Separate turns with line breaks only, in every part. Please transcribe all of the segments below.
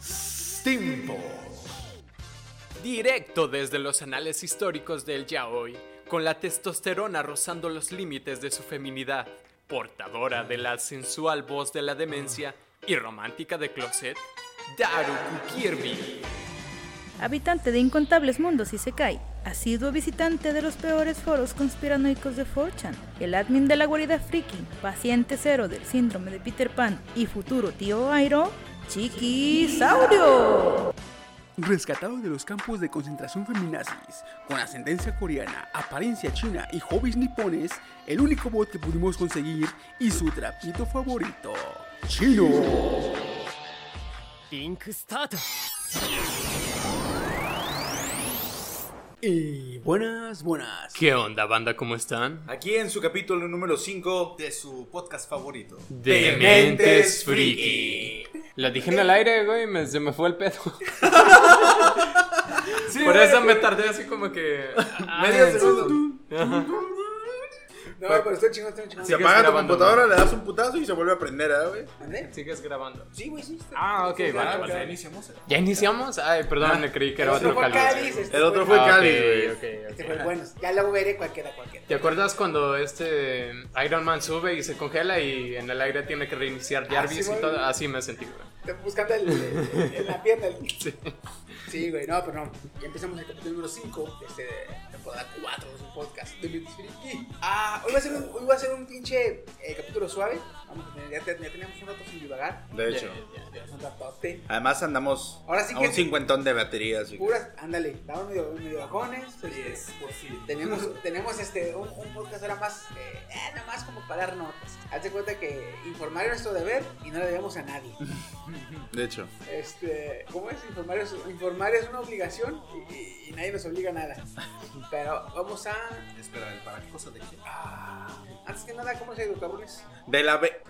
Stimpo.
Directo desde los anales históricos del yaoi, con la testosterona rozando los límites de su feminidad, portadora de la sensual voz de la demencia y romántica de closet, Daruku Kirby.
Habitante de incontables mundos y se cae, asiduo visitante de los peores foros conspiranoicos de 4chan, el admin de la guarida friki, paciente cero del síndrome de Peter Pan y futuro tío Airo, Chiquisaurio.
Rescatado de los campos de concentración feminazis, con ascendencia coreana, apariencia china y hobbies nipones, el único bot que pudimos conseguir y su trapito favorito, Chino.
Link Start.
Y buenas, buenas.
¿Qué onda, banda? ¿Cómo están?
Aquí en su capítulo número 5 de su podcast favorito.
Dementes Friki. La dije en el aire, güey, me- se me fue el pedo. Por eso me tardé así como que. Ah,
Medio segundo.
No, pero está chingón, está chingón.
Si apaga tu
grabando,
computadora, le das un putazo y se vuelve a prender, ¿eh, güey?
Sigues grabando.
Sí, güey, sí.
Ah, ok, vale, vale.
Ya iniciamos. el- Ah,
¿Ya iniciamos? Ay, perdón, me creí que era otro
fue
Cali.
Cádiz, este
El otro
Ah,
fue
ok,
Cádiz, güey.
ok, ok.
Este fue el bueno. Ya lo veré cualquiera, cualquiera.
¿Te acuerdas cuando este Iron Man sube y se congela y en el aire tiene que reiniciar
Ah,
Jarvis
sí,
y
güey.
todo? Así me sentí, güey.
Te- Buscando el, el- el- la pierna. el- Sí, güey, no, pero no. Ya empezamos el capítulo número 5 de este temporada 4 de su podcast. de Mentes Friki. Ah, hoy va a ser un, hoy va a ser un pinche eh, capítulo suave. Vamos a tener- ya, te- ya teníamos un rato sin divagar.
De hecho.
Teníamos un ratote.
Además andamos
Ahora sí
a
que
un
sí.
cincuentón de baterías. güey.
Puras, ándale, estamos medio, medio bajones. este, tenemos, tenemos este, un, un podcast ahora más, eh, eh, nomás como para dar notas. Haz de cuenta que informar es nuestro deber y no le debemos a nadie.
De hecho.
Este, ¿cómo es? Informar es, informar es una obligación y, y- y nadie nos obliga a nada. Pero vamos a. Ah,
Espera, ¿para qué cosa de qué?
Antes que nada, ¿cómo se ido, cabrones?
De la B.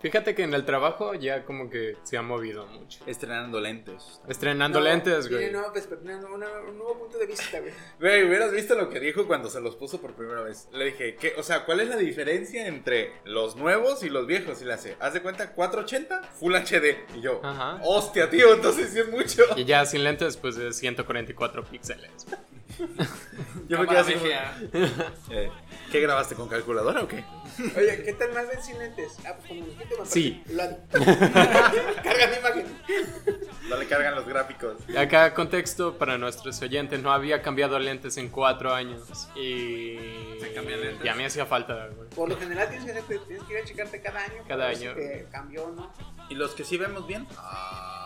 Fíjate que en el trabajo ya como que se ha movido mucho.
Estrenando lentes.
Estrenando
No,
lentes,
tiene
güey.
nueva perspe- una- una- un nuevo punto de vista, güey.
Güey, hubieras visto lo que dijo cuando se los puso por primera vez. Le dije, ¿qué? O sea, ¿cuál es la diferencia entre los nuevos y los viejos? Y le hace, ¿haz de cuenta? 480, Full HD. Y yo,
Ajá.
hostia, tío, entonces sí es mucho.
Y ya sin lentes, pues de 144 píxeles.
Yo me quedé así. como, eh, ¿Qué grabaste con calculadora o qué?
Oye, ¿qué tal más del sin lentes? Ah, pues como los más
Sí.
Carga mi imagen.
No le cargan los gráficos.
Acá contexto para nuestros oyentes, no había cambiado lentes en cuatro años y
¿Se cambian lentes?
ya me hacía falta. güey.
Por lo general tienes que, hacerte- tienes que ir a checarte cada año.
Cada
para ver si
año.
Te cambió o no.
¿Y los que sí vemos bien? Ah.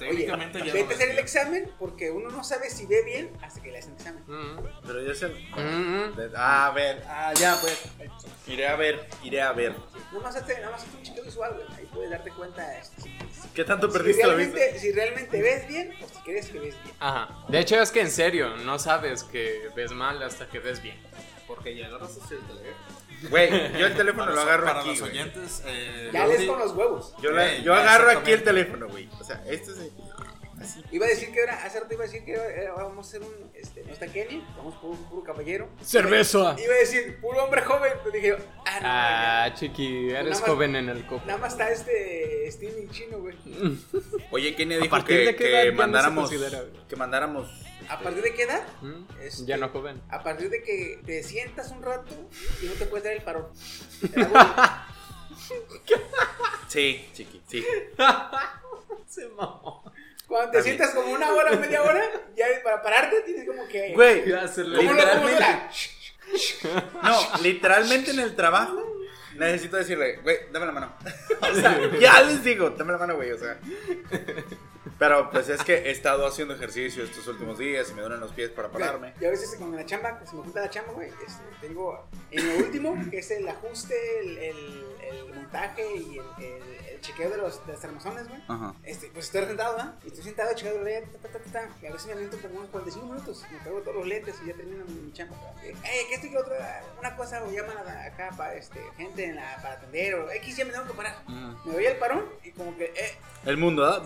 Oye, vete a hacer el examen porque uno no sabe si ve bien hasta que le hacen examen.
Mm,
Pero yo sé.
mm, mm.
A ver, ah, ya pues. Iré a ver, iré a ver.
Nada más hazte, nada más hazte un chequeo visual, güey. Ahí puedes darte cuenta este, si, si-
¿Qué tanto
si
perdiste la vista?
realmente, si realmente ves bien o si crees que ves bien.
Ajá. De hecho es que en serio, no sabes que ves mal hasta que ves bien.
Porque ya agarras así el teléfono.
Güey, yo el teléfono lo agarro
para
aquí.
los
güey.
oyentes. Eh,
Ya lees con los huevos.
Yo, la-
Sí,
yo agarro
exactamente.
aquí el teléfono, güey. O sea, esto es.
Iba a decir que ahora, hace rato iba a decir que eh, vamos a hacer un, este, no está Kenny, vamos por un puro caballero.
Cerveza.
Iba a decir, puro hombre joven, pero dije, ah, no,
Ah, chiqui,
Nada
eres
más-
joven en el
güey,
copo.
nada más está este Steaming chino, güey.
Mm. Oye, Kenia
¿A
dijo
partir
que,
de qué
que
edad ya no se
mandáramos.
considera, güey?
que mandáramos.
¿A partir de qué edad?
Mm,
Este-
Ya no joven.
A partir de que te sientas un rato y no te puedes dar el parón. Era bueno.
Sí, chiqui, sí.
Cuando te sientas como una hora, media hora, ya para pararte tienes como que.
Güey,
hacerlo.
¿Cómo lo cómo
literalmente.
la-
No, literalmente en el trabajo necesito decirle, güey, dame la mano. O sea, ya les digo, dame la mano, güey, o sea. Pero pues es que he estado haciendo ejercicio estos últimos días y me duelen los pies para pararme.
Y a veces con la chamba, se me junta la chamba, güey. este, tengo en lo último, que es el ajuste, el, el- el montaje y el, el- el chequeo de, los, de las armazones, güey.
Ajá.
Este, pues estoy sentado, ¿verdad? Y estoy sentado checando el led, ta, ta, ta, ta, ta. Y a veces me aliento como unos 45 minutos. Me pego todos los lentes y ya termino mi, mi chamba. Eh, que esto y que lo otro. ah, Una cosa, o llaman a- acá para este, gente en la, para atender o X, ya me tengo que parar.
Mm.
Me doy el parón y como que, eh,
El mundo, ¿ah?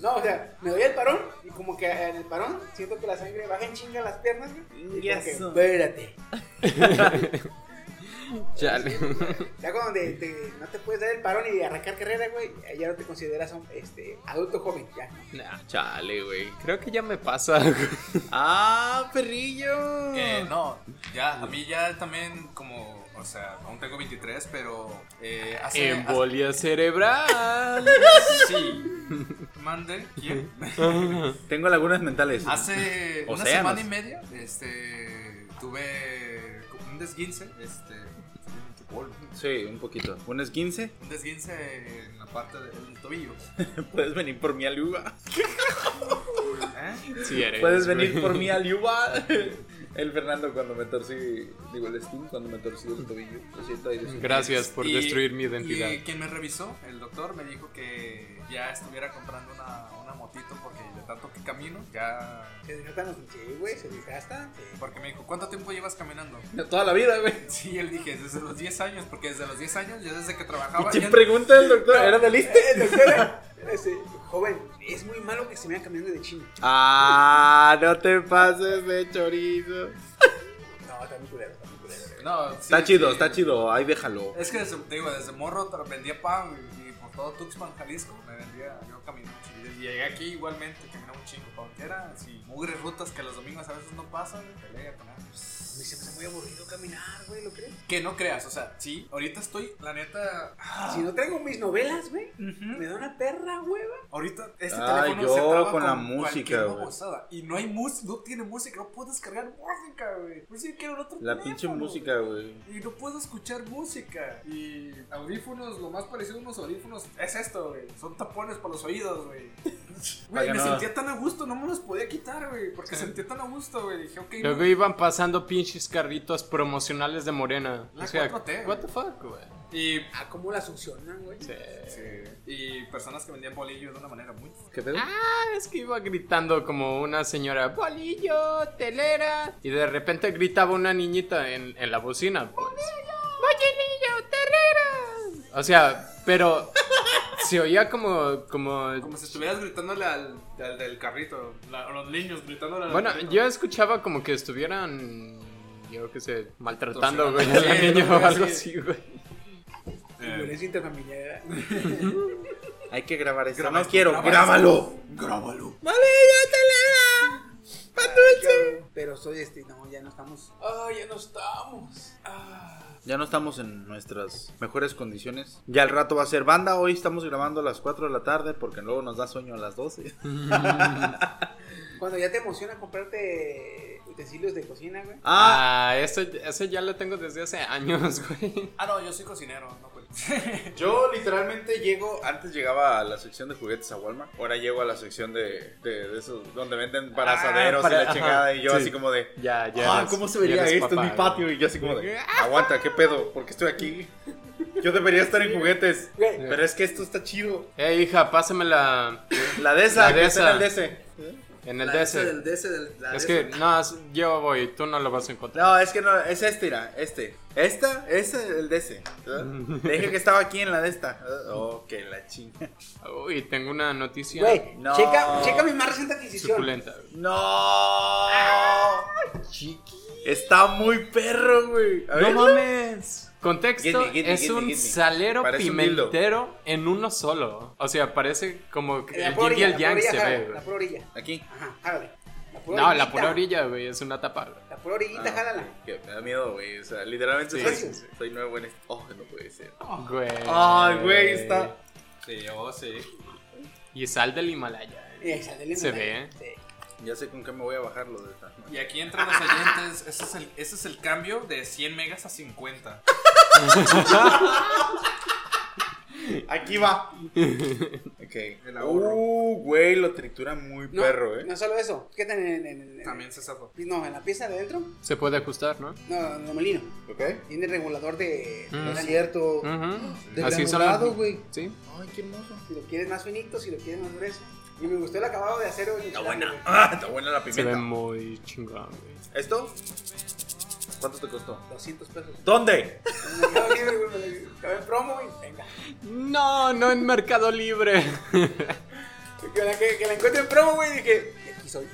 no, o sea, me doy el parón y como que en el parón siento que la sangre baja en chinga a las piernas, güey. Y como que,
Eso.
espérate.
Chale.
Ya cuando te- te- no te puedes dar el parón y arrancar carrera, güey, ya no te consideras un, este, adulto joven, ya.
Nah, chale, güey. Creo que ya me pasa.
¡Ah, perrillo!
Eh, no, ya, a mí ya también como, o sea, aún tengo 23, pero eh, hace... hace-
Embolia cerebral.
sí. Mande, ¿quién?
Tengo lagunas mentales.
Ah,
Hace una
Océanos.
semana y media, este, tuve un desguince, este,
Sí, un poquito. ¿Un esguince?
un desguince en la parte del tobillo.
Puedes venir por mí a Liuba.
Sí eres,
Puedes venir
güey.
por mí a Liuba. El Fernando cuando me torcí, digo el Steam, cuando me torcí el tobillo. Lo siento, ahí disculpa.
Gracias por
Y-
destruir mi identidad.
Y quien me revisó, el doctor, me dijo que ya estuviera comprando una, una motito porque de tanto que camino, ya...
Se desgastan los sí, güey, se desgastan. sí.
Porque me dijo, ¿cuánto tiempo llevas caminando?
Toda la vida, güey.
Sí, él dije, desde los 10 años, porque desde los 10 años, ya desde que trabajaba...
Sin
Ah, ya-
pregunta el doctor, ¿era del Issste?
Eh, doctora, este, joven, es muy malo que se me vayan cambiando de chino.
Ah, no te pases de chorizo.
No, está muy culero, está muy culero. güey.
No, sí,
Está chido,
sí.
está chido, ahí déjalo.
Es que desde, te digo, desde morro tra- vendía pan y, y por todo Tuxpan, Jalisco, me vendía, yo caminaba un chingo. Y llegué aquí igualmente, caminaba un chingo, pa' era así, mugres rutas que los domingos a veces no pasan, pelea con algo.
A mí se me hace muy aburrido caminar, güey, ¿lo crees?
Que no creas, o sea, sí, ahorita estoy, la neta, ah,
Si no traigo mis novelas, güey, me da una perra hueva.
ahorita este
Ay,
teléfono
yo
se traba
con la
cualquier
música, güey.
babosada. Y no hay música, no tiene música, no puedo descargar música, güey. Por si quiero el otro
La pinche
teléfono.
música, güey.
Y no puedo escuchar música. Y audífonos, lo más parecido a unos audífonos es esto, güey. Son tapones para los oídos, güey.
Para
Güey,
que
me
no-
sentía tan a gusto, no me los podía quitar, güey. Porque sentía tan a gusto, güey. Dije, ok, no.
Luego iban pasando pinches carritos promocionales de Morena.
La
o sea,
4T,
what the fuck, güey.
Y,
Ah, cómo la succionan, güey.
y personas que vendían bolillos de una manera muy fuerte.
¿Qué pedo?
Ah, es que iba gritando como una señora, bolillo, telera. Y de repente gritaba una niñita en, en la bocina, pues. Bolillo, telera. O sea, pero se oía como, como...
Como si estuvieras gritándole al, al del carrito. la- a los niños gritándole al
Bueno,
carrito.
yo escuchaba como que estuvieran, yo qué sé, maltratando, güey,
Torsionando.
al
Sí,
niño o
sí.
algo así, güey.
Violencia interfamiliar.
Hay que grabar esto.
Graba
no
esto,
quiero,
graba
grábalo.
Grábalo.
Pero soy este, no, ya no estamos. Ah, ya no estamos. Ah.
Ya no estamos en nuestras mejores condiciones. Ya al rato va a ser banda. Hoy estamos grabando a las 4 de la tarde porque luego nos da sueño a las 12.
Cuando ya te emociona comprarte utensilios de cocina, güey.
Ah,
Ah, eso, eso ya lo tengo desde hace años, güey.
Ah, no, yo soy cocinero, no güey.
Ah, yo literalmente llego. Antes llegaba a la sección de juguetes a Walmart. Ahora llego a la sección de, de, de esos donde venden para
Ah,
asaderos
para-
y la chingada.
ajá,
Y yo
sí.
así como de.
Ya, ya.
ah,
eres-
¿cómo se
ya
vería
eres
esto en
papá,
mi patio?
güey.
Y yo así como de. Aguanta, ¿qué pedo? Porque estoy aquí. Yo debería estar en juguetes.
Güey.
Pero es que esto está chido.
Eh, hija, pásamela
La de esa,
La de
que está en el
esa.
DC.
en el DS. Es que, no, es- yo voy, tú no lo vas a encontrar.
No, es que no, es este, mira, este. Esta es el de ese. Te dije que estaba aquí en la de esta. Ah, Oh, que la chinga.
Uy, tengo una noticia
Güey,
No.
checa, checa mi más reciente adquisición.
suculenta.
¡No! Está muy perro, güey. A ver.
mames! Contexto,
Give me, give me,
es
give me,
un
give me.
salero
Parece un dildo.
pimentero en uno solo. O sea, parece como que
La
el
pura
yin y
orilla,
el
la
yang
pura orilla,
se ve,
jálala, la
güey.
pura orilla.
Aquí.
Ajá, jálale. La pura
No, la
orillita.
pura orilla, güey, es una tapa. güey.
La pura orillita, jálala.
Que me da miedo, güey. O sea, literalmente
Sí,
soy,
sí, sí.
soy nuevo en esto. Oh, no puede ser.
Güey.
Ay, güey, está.
Sí, yo sí.
Y sal del Himalaya.
Eh, sale el
Se
Himalaya.
ve,
Sí.
Ya sé con qué me voy a bajar lo de esta.
Y aquí entran los oyentes. Ese es el, ese es el cambio de 100 megas a 50.
Aquí va. Ok.
El ahorro.
Uh, güey, lo tritura muy
No,
perro, eh.
No solo eso. ¿Qué tal en, en- en- en-
También se zafó.
No, en la pieza de adentro.
Se puede ajustar, ¿no?
No, en el molino.
Ok.
Tiene regulador de
Mm.
desierto.
Ujú.
De
Así son
granulado,
las-
güey.
Sí.
Ay, qué hermoso.
Si lo quieres más finito, si lo quieres más grueso. Y me gustó el acabado de acero. Está buena.
Ah, está buena la
Se ve
pimienta.
muy chingón, güey.
¿Esto? ¿Cuánto te costó?
200 pesos.
¿Dónde?
Me quedo libre, güey. me lo- Acabé en promo, güey. Venga.
No, no en Mercado Libre.
Que la, que, que la encuentre en promo, güey. Dije, "De aquí soy.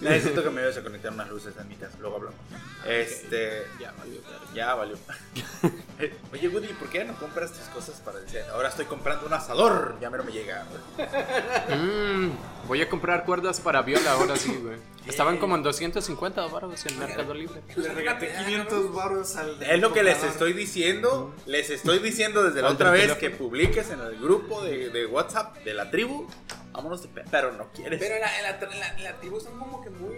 Necesito que me vayas a conectar unas luces, Anitas. Luego hablamos. Este.
ya, valió, verga.
Ya valió. Eh, Oye, Woody, ¿por qué no compras tus cosas para el set? Ahora estoy comprando un asador. Ya mero me llega.
Mm, voy a comprar cuerdas para viola ahora sí, güey. Estaban como en 250 baros en Mercado Libre.
Le regaté 500 baros al.
Es lo que les
comprador.
estoy diciendo. Les estoy diciendo desde la
Al
otra
del
vez que publiques en el grupo de, de WhatsApp de la tribu. Vámonos de pe- Pero no quieres.
Pero en la, en la, en la, en la tribu son como que muy.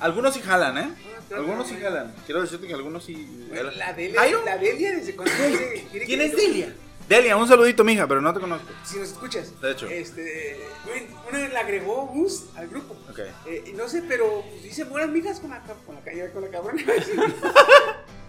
Algunos sí jalan, ¿eh?
claro,
Algunos sí
güey.
jalan. Quiero decirte que algunos sí.
Güey, La Delia.
Iron-
La Delia desde cuando dice. quiere
¿Quién
que-
es Delia? Delia, un saludito, mija, pero no te conozco.
Si nos escuchas.
De hecho.
Este. Güey, una le agregó Gus al grupo.
Ok.
Eh, y no sé, pero pues, hice buenas migas con la, ca- con la, ca- con la cabrona.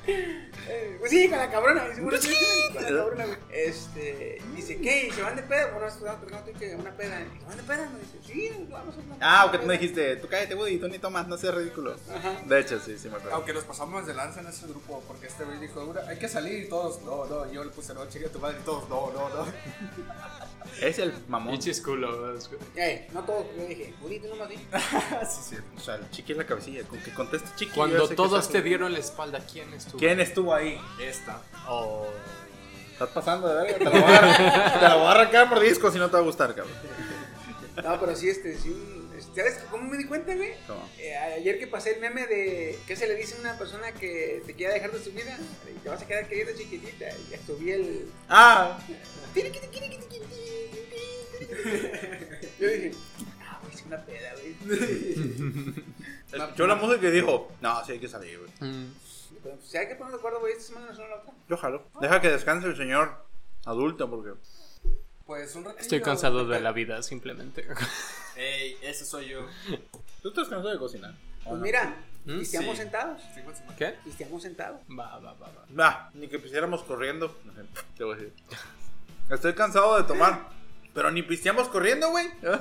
Eh, pues sí, con la cabrona. hice buenas migas con la cabrona, güey. Este. y Dice, ¿qué? ¿Y ¿Se van de peda? Bueno, estudiamos, pero no tengo que una peda. Y, ¿Se van de peda? Me dice, sí, nos vamos a una
Ah,
peda.
porque tú me dijiste, tú cállate, Woody, tú ni tomas, no seas ridículo.
Ajá.
De hecho, sí, sí me acuerdo.
Aunque nos pasamos de lanza en ese grupo, porque este güey dijo, "Ahora hay que salir y todos, no, no, yo le puse, no, chinga tu madre, y todos, no, no, no.
Es el mamón.
Pinches culos, güey.
Eh, no todos, yo dije, Uri, tú nomás di.
Ah, Sí, sí. O sea, el chiqui es la cabecilla. Con que conteste chiqui. yo
Cuando
sé que
todos
estás-
te dieron la espalda, ¿quién estuvo?
¿Quién estuvo ahí?
Esta.
Oh.
Estás pasando de verga. Te la voy a, arrancar- te la voy a arrancar por disco si no te va a gustar, cabrón.
No, pero sí, este, sí, un, este, ¿sabes cómo me di cuenta, güey?
¿Cómo?
Eh, ayer que pasé el meme de ¿qué se le dice a una persona que te quiera dejar de su vida? Y Te vas a quedar queriendo chiquitita. Y ya subí el.
Ah,
Yo dije, ah, güey, es una peda, güey.
escuchó la música y dijo, no, sí hay que salir, güey.
Pero, pues, hay que poner de acuerdo, güey, esta semana no es una la otra. Pues,
Yo jalo. Deja que descanse el señor adulto porque.
Pues un ratito.
Estoy cansado de la vida, simplemente.
Ey, ese soy yo.
¿Tú estás cansado de cocinar?
Pues mira,
Mm,
y estamos
sí.
sentados.
¿Qué?
Y estamos sentados.
Va, va, va, va.
Bah, ni que pisteáramos corriendo. No sé, Te voy a decir. Estoy cansado de tomar. Pero ni pisteamos corriendo, güey.
Güey,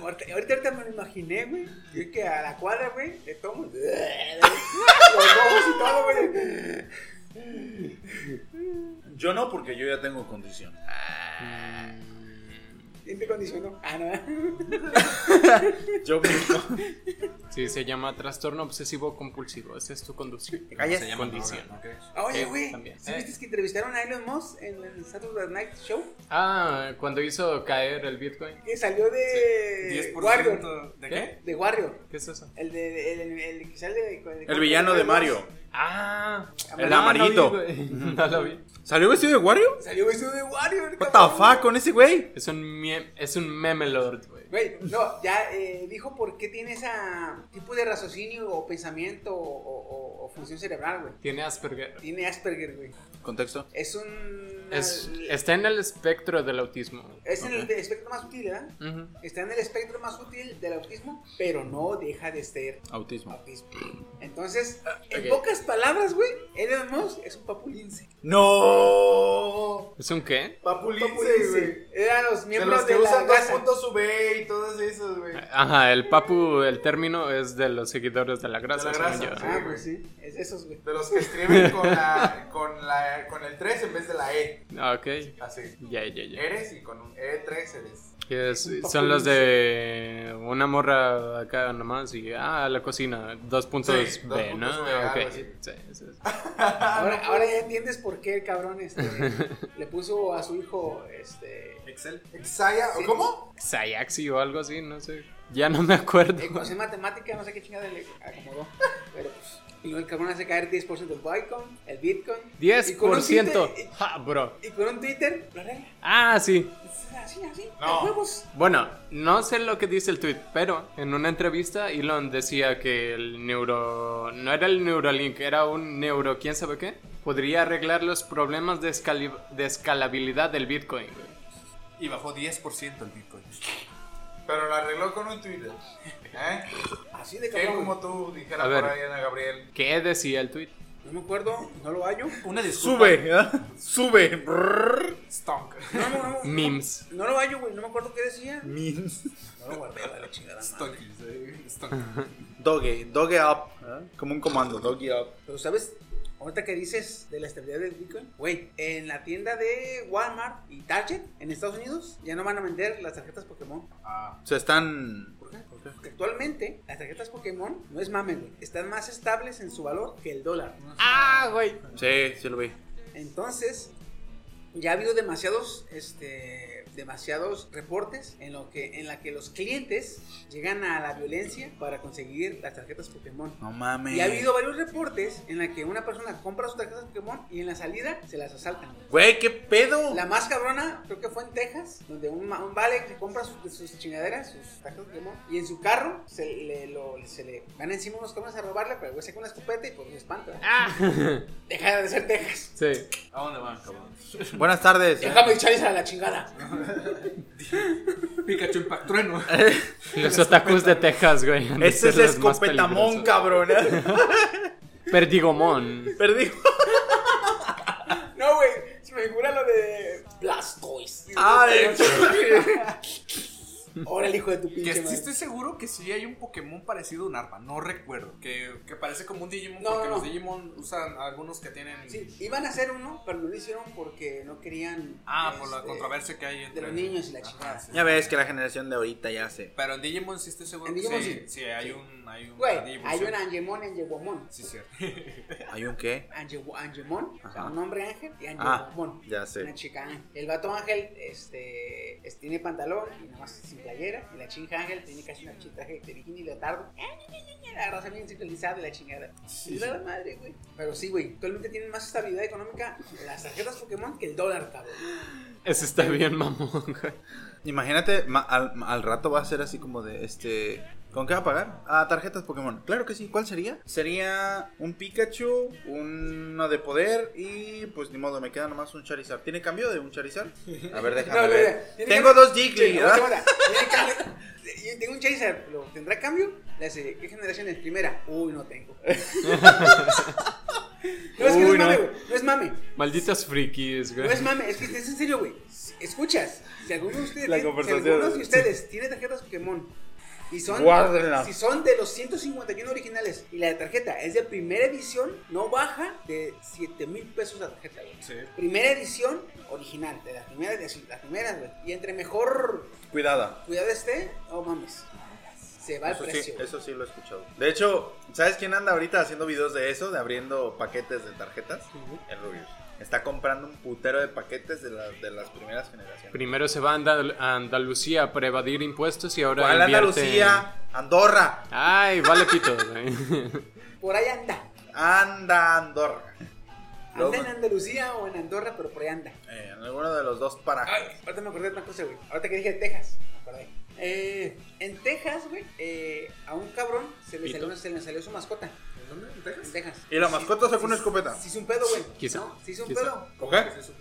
Ahorita, ahorita, ahorita me lo imaginé, güey. Yo que a la cuadra, güey, le tomo. Los ojos y todo, güey.
Yo no, porque yo ya tengo condición.
¿Quién te condicionó? Ah, no.
Yo mismo.
Sí, se llama trastorno obsesivo compulsivo. Esa es tu conducción.
calles.
Se llama condición.
Ah, Oye,
Eh,
güey,
también.
¿sí
Eh.
viste que entrevistaron a Elon Musk en el Saturday Night Show?
Ah, cuando hizo caer el Bitcoin.
Que salió de Warrior.
10%. ¿De qué?
De Warrior.
¿Qué es eso?
El de. El, el, el que sale de- con-
El villano de Mario.
Ah,
El
no, No,
amarillito.
lo vi, güey. No lo vi.
¿Salió vestido de Wario?
Salió vestido de Warrior.
What the
cabrón.
fuck con ese güey?
Es un, mie- es un meme lord, güey.
Güey, no, ya eh, dijo por qué tiene ese tipo de raciocinio o pensamiento o, o- o- o función cerebral, güey.
Tiene Asperger.
Tiene Asperger, güey.
Contexto.
Es un.
Es- está en el espectro del autismo.
es en el de- espectro más útil, ¿verdad?
Ujú.
Está en el espectro más útil del autismo, pero no deja de ser
Autismo.
autismo. Entonces, en
ok.
pocas palabras, güey, Elon Musk es un papulince.
¡No!
¿Es un qué?
Papulince,
Papulince. Eran los
De
miembros
los
de,
que
la
usan dos
grasa.
puntos sube y todos esos, güey.
Ah. Ajá, el papu, el término es de los seguidores de la grasa,
De la
según
grasa,
yo.
Ah, pues sí, es de esos, güey.
De los que escriben con la, con la, con el 3 en vez de la E.
Ah, Ok.
Así.
Ya, ya, ya.
Eres y con un E3 eres.
Que es- son los de una morra acá nomás y ah, la cocina, dos puntos
Sí, dos
B,
puntos
¿no?
B, algo
Ok,
así.
sí, sí, sí.
Ah,
Ahora, ahora
pues.
ya entiendes por qué el cabrón este, le puso a su hijo este,
Excel. Exaya. ¿o ¿Cómo?
Sayaxi o algo así, no sé. Ya no me acuerdo.
ecuación matemática, no sé qué chingada le acomodó. Pero pues, y luego el cabrón hace caer 10% del Bitcoin, el Bitcoin. y con un eh.
10%.
Twitter-
Ja, Ah, bro.
Y, y con un Twitter, lo arregla.
Ah, sí.
Es Así, así,
No.
de huevos.
Bueno, no sé lo que dice el tweet, pero en una entrevista Elon decía que el neuro. No era el Neuralink, era un neuro, quién sabe qué. Podría arreglar los problemas de, escali- de escalabilidad del Bitcoin, güey.
y bajó 10% el Bitcoin.
Pero lo arregló con un Twitter. ¿Eh?
Así de
Que
cabrón.
como
güey.
tú
A
dijeras
ver.
por ahí Ana Gabriel.
¿Qué decía el tweet?
No me acuerdo, no lo hallo.
Una disculpa.
Sube, ¿eh? Sube. Brrr.
Stonk.
No, no, no.
Memes.
No lo hallo, güey. No me acuerdo qué decía. Mins. No lo guardé, güey, la chingada madre.
Stonkies, eh, Stonk.
Doge, doge up. ¿eh? Como un comando, doge up.
Pero, ¿sabes? Ahorita que dices de la estabilidad del Bitcoin, güey, en la tienda de Walmart y Target en Estados Unidos ya no van a vender las tarjetas Pokémon.
Se están.
¿Por qué? Porque actualmente las tarjetas Pokémon, no es mame, güey, están más estables en su valor que el dólar.
Ah, güey.
Sí, sí lo vi.
Entonces, ya ha habido demasiados, este, demasiados reportes en lo que, en la que los clientes llegan a la violencia para conseguir las tarjetas Pokémon.
No mames.
Y ha habido varios reportes en la que una persona compra sus tarjetas Pokémon y en la salida se las asaltan.
Güey, qué pedo.
La más cabrona creo que fue en Texas, donde un, ma- un vale que compra sus, sus chingaderas, sus tarjetas Pokémon, y en su carro se le, lo, se le van encima unos cabrones a robarle, pero el güey saca una escopeta y pues se espanta. Deja de ser Texas.
Sí.
¿A dónde van, cabrón?
Buenas tardes.
Déjame echarles a la chingada.
Pikachu Impact Trueno.
Los otakus de Texas, güey. han de
Este es
ser los más
escopetamón,
peligrosos.
cabrón. ¿eh?
Perdigomón.
Perdí.
No, güey, se me figura lo de Blastoise.
Ay.
Ahora el hijo de tu
Que
pinche
sí
madre.
estoy seguro que sí hay un Pokémon parecido a un arpa, no recuerdo. Que, que parece como un Digimon,
No,
porque
no, no.
los Digimon usan algunos que tienen.
este- Sí, iban a hacer uno, pero no lo hicieron porque no querían.
Ah, por la
este,
controversia que hay entre
los niños y la chingada.
sí.
Ya ves que la generación de ahorita ya se.
Pero en Digimon sí estoy seguro
En
que
Digimon
sí,
sí.
sí, hay un. Hay un
Güey,
Digimon,
hay
sí.
un Angemon y Angewomon.
Sí, cierto.
¿Hay un qué?
Ange- Angemon, o sea,
Ajá.
un hombre ángel y Angemon.
Ah, ya sé.
Una chica ángel. El vato ángel este, es- tiene pantalón y nada más sin playera. Y la chica ángel tiene casi una chita de bikini y leotardo. Eh, La raza bien civilizada y la chingada. Y da la madre, güey. Pero sí, güey. Actualmente tienen más estabilidad económica las tarjetas Pokémon que el dólar, cabrón.
Eso está bien, mamón, güey.
Imagínate, ma- al, al rato va a ser así como de este. ¿Con qué va a pagar? Ah, tarjetas Pokémon. Claro que sí. ¿Cuál sería? Sería un Pikachu, uno de poder y pues ni modo, me queda nomás un Charizard. ¿Tiene cambio de un Charizard? A ver, déjame
No, no,
ver.
no, tiene
Tengo
cambio.
dos Jiggly,
Sí,
¿verdad?
aguanta, aguanta. Tiene cambio. Tengo un Chaser, ¿lo tendrá cambio? Le hace, ¿qué generación es? Primera. Uy, no tengo. no, es que no
Uy,
es mame,
no.
güey. No es mame.
Malditos frikis, güey.
No
Pues,
es mame, es que es en serio, güey. Si- Escuchas, si alguno de ustedes,
La
si
conversación.
alguno de ustedes tiene tarjetas Pokémon y son,
Guárdenla.
si son de los 151 originales y la tarjeta es de primera edición, no baja de 7 mil pesos la tarjeta, güey.
Sí.
Primera edición original, de las primeras, de las primeras, güey. Y entre mejor
Cuidada.
cuidado esté, no mames. Se va el
Eso sí,
precio. güey.
eso sí lo he escuchado. De hecho, ¿sabes quién anda ahorita haciendo videos de eso? De abriendo paquetes de tarjetas. El Rubius. Está comprando un putero de paquetes de, las de las primeras generaciones.
Primero se va a Andal- a Andalucía para evadir impuestos y ahora
¿Cuál
invierte en-
Andalucía? Andorra.
Ay, vale pito, güey.
Por ahí anda.
Anda Andorra.
Anda
Luego-
en Andalucía o en Andorra, pero por ahí anda.
Eh, en alguno de los dos
Ay,
parajes.
ahorita me acordé de una cosa, güey. Ahorita que dije Texas, me acordé. Eh, en Texas, güey, eh, a un cabrón se le, salió, se le salió su mascota. ¿En dónde? ¿En Texas? En Texas.
¿Y la
Sí,
mascota sacó
sí,
una escopeta?
Sí, hizo un pedo, güey.
Quizá,
No, sí hizo un
quizá.
pedo.
¿Ok?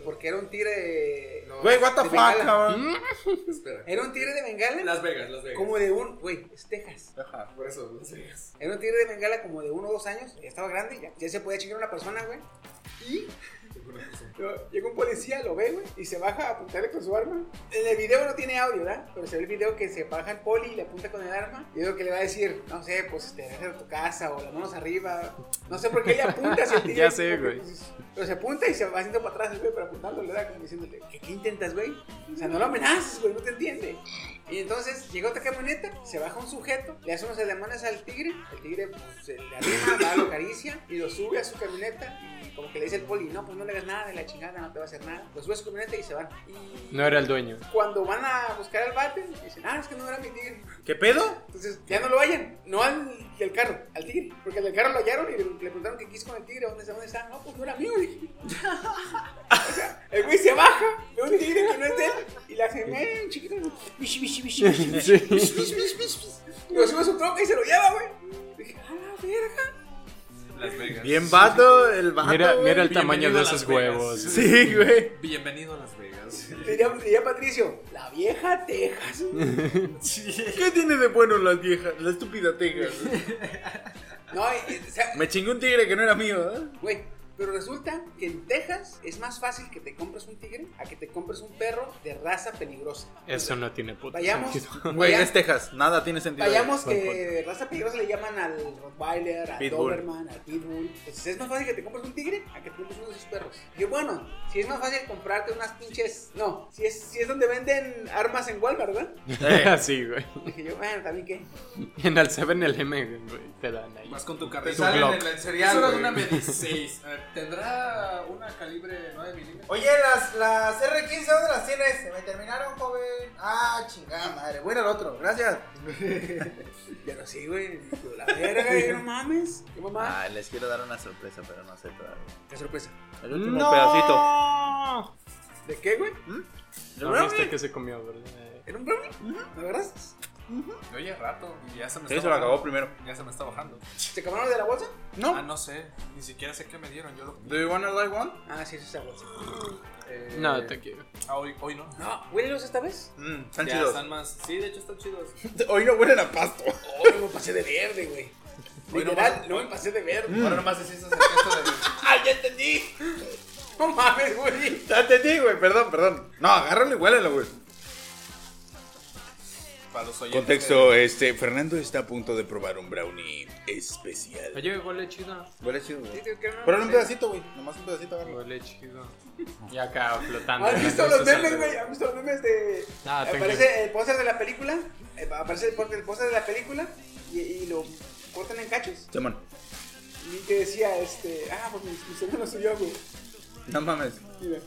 Porque era un tigre.
Güey, what the
de
fuck,
bengala.
cabrón.
Espera.
Era un tigre de bengala.
Las Vegas, Las Vegas.
Como de un. Güey, es Texas.
Ajá.
Por eso, Las Vegas.
Era un tigre de bengala como de uno o dos años, ya estaba grande, ya, ya se podía chingar a una persona, güey. Y lo- llega un policía, lo ve, güey, y se baja a apuntarle con su arma. En el video no tiene audio, ¿verdad? Pero se ve el video que se baja el poli y le apunta con el arma. Y es lo que le va a decir, no sé, pues te vas a tu casa o las manos arriba. No sé por qué le apunta hacia el tigre.
Ya sé, güey.
Pues, Pero se apunta y se va haciendo para atrás, güey, pero apuntándole, ¿verdad? Como diciéndole, ¿qué, qué intentas, güey? O sea, no lo amenazas, güey, no te entiende. Y entonces llega otra camioneta, se baja un sujeto, le hace unos ademanes al tigre, el tigre pues, se le arrima, va, lo acaricia y lo sube a su camioneta y como que le dice el poli, no, pues no le hagas nada de la chingada, no te va a hacer nada. Lo sube a su camioneta y se van. Y
No era el dueño.
cuando van a buscar al bate, dicen, ah, es que no era mi tigre.
¿Qué pedo?
Entonces ya no lo vayan, no al del carro, al tigre, porque al del carro lo hallaron y le, le preguntaron qué quiso con el tigre, ¿dónde está? ¿Dónde está? No, pues no era mío. güey. o sea, el güey se baja, ve un tigre que no es de él y la gemela, un chiquito, bish, bish, bish, bish, bish. Lo sube a su troca y se lo lleva, güey. Dije, a la verga.
Las Vegas.
Bien vato, el vato.
Mira,
güey.
mira el
Bienvenido
tamaño de
a Las
esos
Vegas.
huevos.
Sí, güey.
Bienvenido a Las Vegas.
Diría, diría Patricio, la vieja Texas.
¿Qué tiene de bueno las viejas? La estúpida Texas.
No, y- y- o sea,
Me chingó un tigre que no era mío, ¿eh?
güey. Pero resulta que en Texas es más fácil que te compres un tigre a que te compres un perro de raza peligrosa.
Eso no tiene puto
Vayamos.
sentido.
Güey, este
vaya-
es Texas. Nada tiene sentido.
Vayamos
Buen
que raza peligrosa le llaman al Rottweiler, al
Pitbull.
Doberman, al Pitbull. Entonces es más fácil que te compres un tigre a que te compres uno de esos perros. Y bueno, si es más fácil comprarte unas pinches. No, si es, si es donde venden armas en Walmart, ¿verdad?
Eh.
Así, güey.
Dije yo, bueno, también qué.
En el 7-Eleven, güey, te dan ahí.
Más con tu
Te
carrizal
Glock.
en el lancería.
Eso era
una
una
26. ¿Tendrá una calibre 9 milímetros?
Oye, las, las R15, ¿dónde las tienes? Se me terminaron, joven. Ah, chingada madre. Bueno, el otro, gracias.
Pero sí, güey. de La verga, güey, no mames. ¿Qué mamá?
Ah, les quiero dar una sorpresa, pero no sé todavía.
Qué sorpresa.
El último pedacito.
¿De qué, güey?
No viste que se comió, ¿verdad? Eh,
¿Era un brownie? ¿Me agarras?
Oye, rato. y Ya se me
Sí,
está
se lo acabó
bajando.
primero.
Ya se me está bajando.
¿Se acabaron los de la bolsa?
No.
Ah, no sé. Ni siquiera sé qué me dieron. Yo lo.
¿Do you wanna like one?
Ah, sí, sí, esa bolsa.
eh,
No, te quiero.
ah, hoy, hoy no.
No, huélelos esta vez.
Mm, están
Ya
chidos.
están más. Sí, de hecho están chidos.
Hoy no huelen a pasto.
Oh, me pasé de verde, güey. Literal, no me pasé de verde.
Mm.
Ahora nomás decís el gesto de.
¡Ah, ya entendí! No mames, güey.
Ya te digo, güey. Perdón, perdón. No, agárralo y huélelo, güey.
Para los oyentes.
Contexto, este, Fernando está a punto de probar un brownie especial.
Oye, huele chido.
Huele chido, güey.
Pero
Pero un pedacito, güey. Nomás un pedacito, agárralo.
Huele chido. Y acá flotando.
¿Has
en las
visto los
redes
memes, güey?
sociales.
¿Has visto los memes de.?
Ah, thank
aparece el póster de la película. eh, Aparece el póster el póster de la película y, y lo cortan en cachos.
Simón.
Y que decía, este. Ah, pues mi, mi sobrino subió, güey.
No mames.
Mira.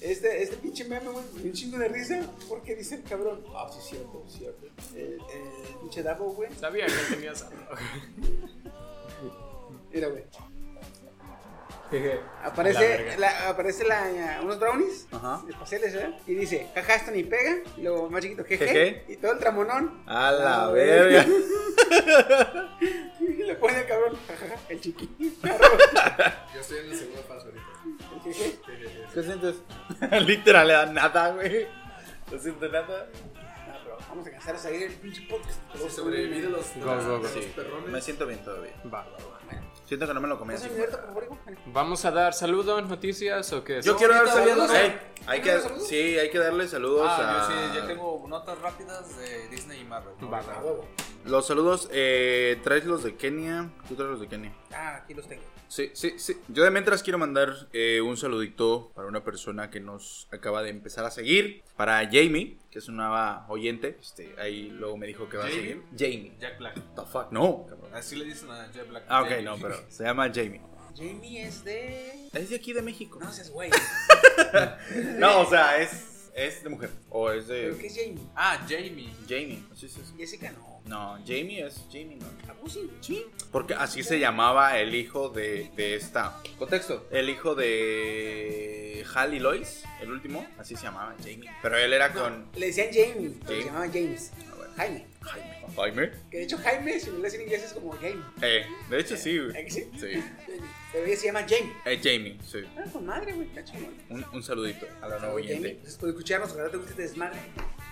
Este, este pinche meme, güey, un chingo de risa. Porque dice el cabrón. Ah, sí, cierto, sí, cierto. El, el pinche Davo, güey.
Sabía que tenías algo.
Mira, güey. Aparece, la- aparece la, unos brownies
Ajá.
espaciales, ¿verdad? Y dice, jaja, esto ni pega. Y luego más chiquito, jeje.
Jeje.
Y todo el tramonón.
A la verga.
Y le pone el cabrón, jajaja, el chiqui.
Yo estoy en el segundo paso ahorita.
El jeje.
¿Qué sientes? Literal, le da nada, güey. No siento nada.
No, Ah, pero vamos a cansar de salir el pinche podcast.
Si sobreviví de los, de
Go,
los-
go, go.
de los perrones.
Me siento bien todavía.
Va, va, va.
Siento que no me lo comí
Pues
¿Vas a
así.
ayudarte, por favor, Iván?
Vamos a dar saludos, noticias o qué es.
Yo quiero dar
ahorita
saludos.
vamos a-
Ey, hay que,
¿Saludos?
sí, hay que darle saludos
Ah, yo
a.
sí, ya tengo notas rápidas de Disney y Marvel. ¿no?
Va,
Ahorita.
va,
Los saludos, eh, traes los de Kenia. Tú traes los de Kenia.
Ah, aquí los tengo.
Sí, sí, sí. Yo de mientras quiero mandar eh, un saludito para una persona que nos acaba de empezar a seguir. Para Jamie, que es una nueva oyente. Este, ahí luego me dijo que va
¿Jamie?
a seguir. Jamie.
Jack Black.
What the fuck? No. cabrón.
Así le dicen a Jack Black.
Ah, ok,
Jamie.
no, pero se llama Jamie.
Jamie es de.
Es de aquí de México.
No seas güey.
No, o sea, es, es de mujer. O es
¿Pero qué
de.
es Jamie?
Ah, Jamie.
Jamie. Sí, sí, sí.
Jessica no.
No, Jamie es Jamie, no.
¿A poco sí? Sí.
Porque así se llamaba el hijo de, de esta. Contexto. El hijo de Hal y Lois, el último, así se llamaba Jamie. Pero él era con
Le decían Jamie, pero
Jamie.
se llamaba James.
Ah, bueno.
Jaime.
Jaime. Jaime.
Que de hecho, Jaime, si lo lees en inglés, es como Jamie.
Eh, de hecho sí,
¿Eh
güey.
que sí?
Sí.
Pero ella se llama Jamie.
Eh, Jamie, sí.
Ah, con madre, güey, está chingón.
Un, un saludito a la nueva
Oye, Jamie,
oyente.
gracias por escucharnos, ojalá te guste este desmadre.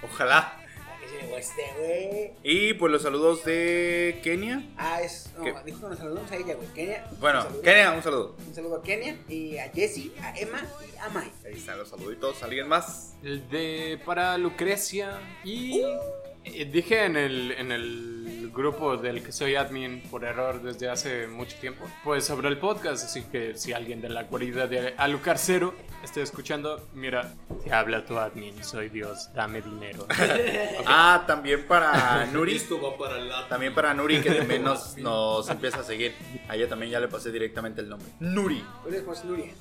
Ojalá.
Ah, que se me guste, güey.
Y pues los saludos de Kenia.
Ah, es. No,
¿Qué?
dijo que nos saludamos a ella, güey. Kenia. un
Bueno,
saludo.
Kenia, un saludo.
Un saludo a Kenia y a Jessie, a Emma y a Mai.
Ahí están los saluditos. ¿Alguien más?
El de para Lucrecia y eh, dije en el, en el grupo del que soy admin por error desde hace mucho tiempo, pues sobre el podcast, así que si alguien de la guarida de Alucarcero está escuchando, mira, te habla tu admin, soy Dios, dame dinero.
Ah, también para Nuri.
Esto va para el lado.
También para Nuri, que también nos, nos empieza a seguir. A ella también ya le pasé directamente el nombre. Nuri.
Pero es pues Nuria.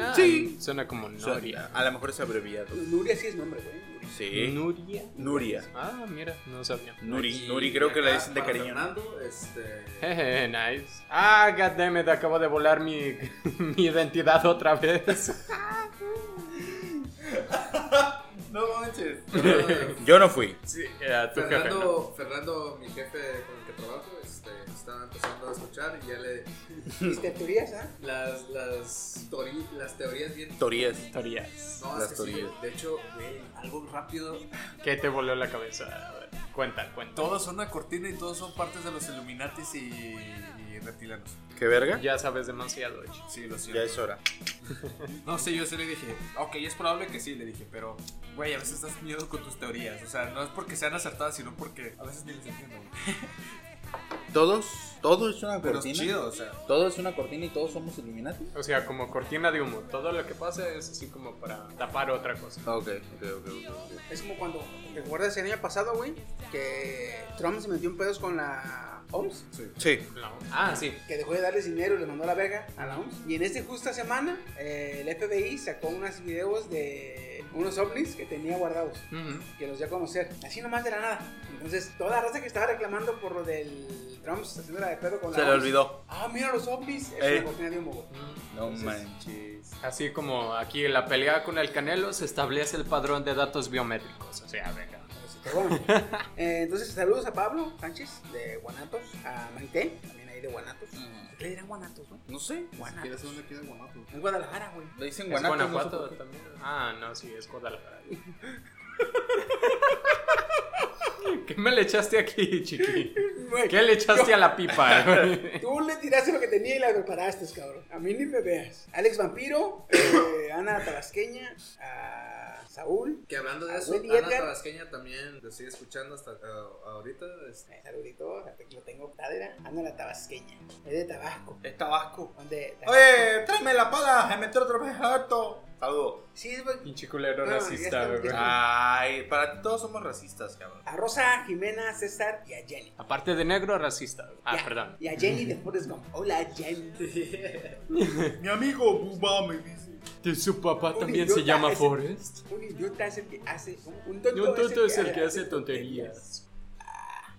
Ah,
Sí.
Suena como
Nuria.
Noria.
A lo mejor es abreviado.
Nuria sí es nombre, güey.
Eh.
Sí.
Nuria.
Nuria.
Ah, mira, no sabía.
Nuri. Nuri creo que le dicen de
para
cariño. ¿no?
Fernando, este.
Jeje, nice. Ah, goddammit, acabo de volar mi, mi identidad otra vez.
No manches.
Yo no fui.
Sí, a tu jefe, ¿no?
Fernando, Fernando, mi jefe con el que trabajo, este, está empezando para escuchar y ya le.
Viste teorías, ¿ah?
Las, las, teori- las teorías bien.
Teorías.
Historias.
No,
Las
es que sí,
teorías.
de hecho, güey, algo rápido.
¿Qué te voló la cabeza? A ver, cuenta, cuenta.
Todos son una cortina y todos son partes de los Illuminatis y, y reptilianos.
¿Qué verga?
Ya sabes demasiado, Echi.
Sí, lo
Ya
siento.
es hora.
No sé, yo sí le dije, ok, es probable que sí, le dije, pero, güey, a veces estás miedo con tus teorías. O sea, no es porque sean acertadas, sino porque a veces ni les entiendo. güey.
Todos, todo es una
Pero es
cortina.
chido, o sea.
Todo es una cortina y todos somos Illuminati.
O sea, como cortina de humo. Todo lo que pasa es así como para tapar otra cosa.
Ok, ok, ok. ok, ok.
Es como cuando, ¿te acuerdas el año pasado, güey? Que Trump se metió en pedos con la OMS,
Sí.
No. Ah, sí.
que dejó de darles dinero y le mandó la verga a la OMS. Y en esta justa semana, eh, el FBI sacó unos videos de unos ovnis que tenía guardados,
Ujú.
que los dio a conocer, así nomás de la nada. Entonces, toda la raza que estaba reclamando por lo del Trump haciéndola de pedo con la
Se le
OMS,
olvidó.
Ah, mira los ovnis. Es
Eh.
una cortina de humo, güey.
No manches.
Así como aquí en la pelea con el Canelo se establece el padrón de datos biométricos. O sea, venga.
Pero bueno. Eh, entonces, saludos a Pablo Sánchez de Guanatos, a Maite, también ahí de Guanatos.
Mm.
¿Qué le dirán Guanatos, güey?
No sé.
Guanatos.
¿Quieres dónde queda Guanato?
Es Guadalajara, güey.
Le dicen
¿Es
Guanajuato.
Guanajuato también? Ah, no, sí, es Guadalajara. ¿Qué me le echaste aquí, chiqui?
Güey,
¿Qué le echaste
yo-
a la pipa?
Tú le tiraste lo que tenía y la preparaste, cabrón. A mí ni me veas. Alex Vampiro, eh, Ana Tabasqueña, a Saúl.
Que hablando de
Ah,
eso,
güey,
Ana
Edgar.
Tabasqueña también lo sigue escuchando hasta ah, ahorita. este,
eh, Saludito, la te- lo tengo cadera. Ana la Tabasqueña. Es de Tabasco.
Es Tabasco.
Donde
Oye, tráeme la pala. Se metió otro vez harto. Saludo.
Sí, es güey.
Pinche culero
No, ya
racista,
está, ya
güey.
está.
Ah.
Ay, para ti todos somos racistas, cabrón.
A Rosa, Jimena, César y a Jenny.
Aparte de negro, racista. güey. Ah,
Y a-
perdón.
Y a Jenny de Forrest Gump. Hola, Jenny.
Mi amigo Bubba me dice.
¿Y su papá
Un
también
idiota
se llama
es-
Forrest?
Un idiota es el que hace. Un, un tonto,
Y un tonto es el que hace tonterías.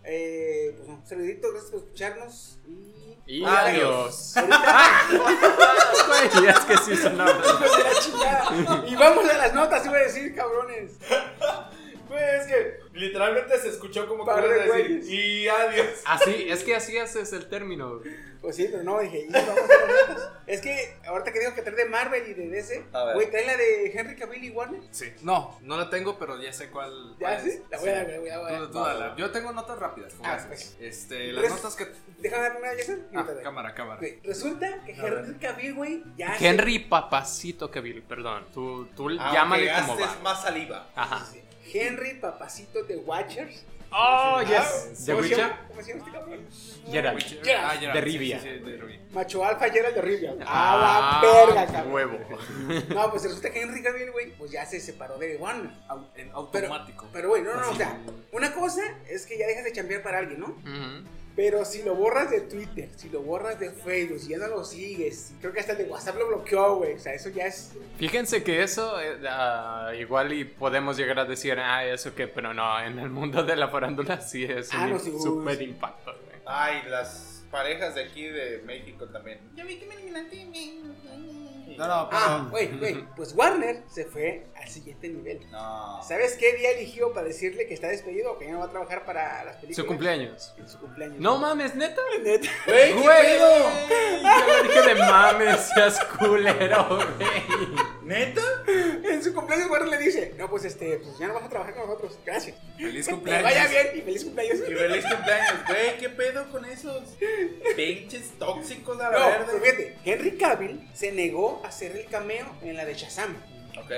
Eh, pues un saludito, gracias por escucharnos. Y.
Y adiós.
Adiós.
Ahorita-
Güey, es que sí sonaba.
hijos de la chingada. Y vamos a las notas, iba a decir, cabrones.
Pues es que literalmente se escuchó como
Par
que
de
ibas a decir,
güeyes.
y adiós.
Así, es que así haces el término. güey.
Pues sí, pero no, dije, y vamos a las notas. Es que ahorita que digo que trae de Marvel y de DC,
A ver.
güey, trae la de Henry Cavill y Warner.
Sí. No, no la tengo, pero ya sé cuál.
¿Ya
cuál
sí?
es.
La voy a dar, la voy a dar.
Tú- tú dala. Yo tengo notas rápidas. como
Ah,
esas.
pues.
Este, las
Res-
notas que.
Déjame darme una, Jason. y
Ah,
ahorita doy.
cámara, cámara.
Güey, Resulta que Henry Cavill, güey, ya. se-
Henry Papacito Cavill, perdón. Tú, tú
Ah,
llámale como va.
Ah, más saliva.
Ajá.
Henry Papacito de Watchers.
Oh,
Ah,
yes. The
¿cómo se
Witcher.
llama? ¿Cómo se llama este cabrón?
Geralt.
Geralt.
Ah, Geralt,
De
sí,
Rivia.
sí, sí, de Rivia.
Macho Alfa y era el de Rivia.
Ah,
Ah, la verga, cabrón.
Huevo.
No, pues resulta que Henry Cavill, güey, pues ya se separó de Warner.
Au- En
Pero-
automático.
Pero, güey, no, no, o sea, una cosa es que ya dejas de chambear para alguien, ¿no?
Ujú.
Pero si lo borras de Twitter, si lo borras de Facebook, si ya no lo sigues, creo que hasta el de WhatsApp lo bloqueó, güey. O sea, eso ya es.
Fíjense que eso, eh, ah, igual y podemos llegar a decir, ah, eso que, pero no, en el mundo de la farándula sí es
Ah,
un
no,
im-
sí, uy,
super
sí.
impacto, güey.
Ay, las parejas de aquí de México también. Yo vi que me eliminaste. No, no,
Ah, güey, güey. Pues Warner se fue al siguiente nivel.
No.
¿Sabes qué día eligió para decirle que está despedido o que ya no va a trabajar para las películas?
Su cumpleaños.
En su cumpleaños.
No mames, neta.
Neta.
Güey, yo le dije de mames, seas culero, güey.
¿Neta?
En su cumpleaños Warner le dice, no, pues este, pues ya no vas a trabajar con nosotros. Gracias.
Feliz
Que te
cumpleaños.
vaya bien y feliz cumpleaños.
Y feliz cumpleaños, güey. ¿Qué pedo con esos pinches tóxicos a la
No,
verde?
pero fíjate, Henry Cavill se negó a hacer el cameo en la de Shazam.
Ok.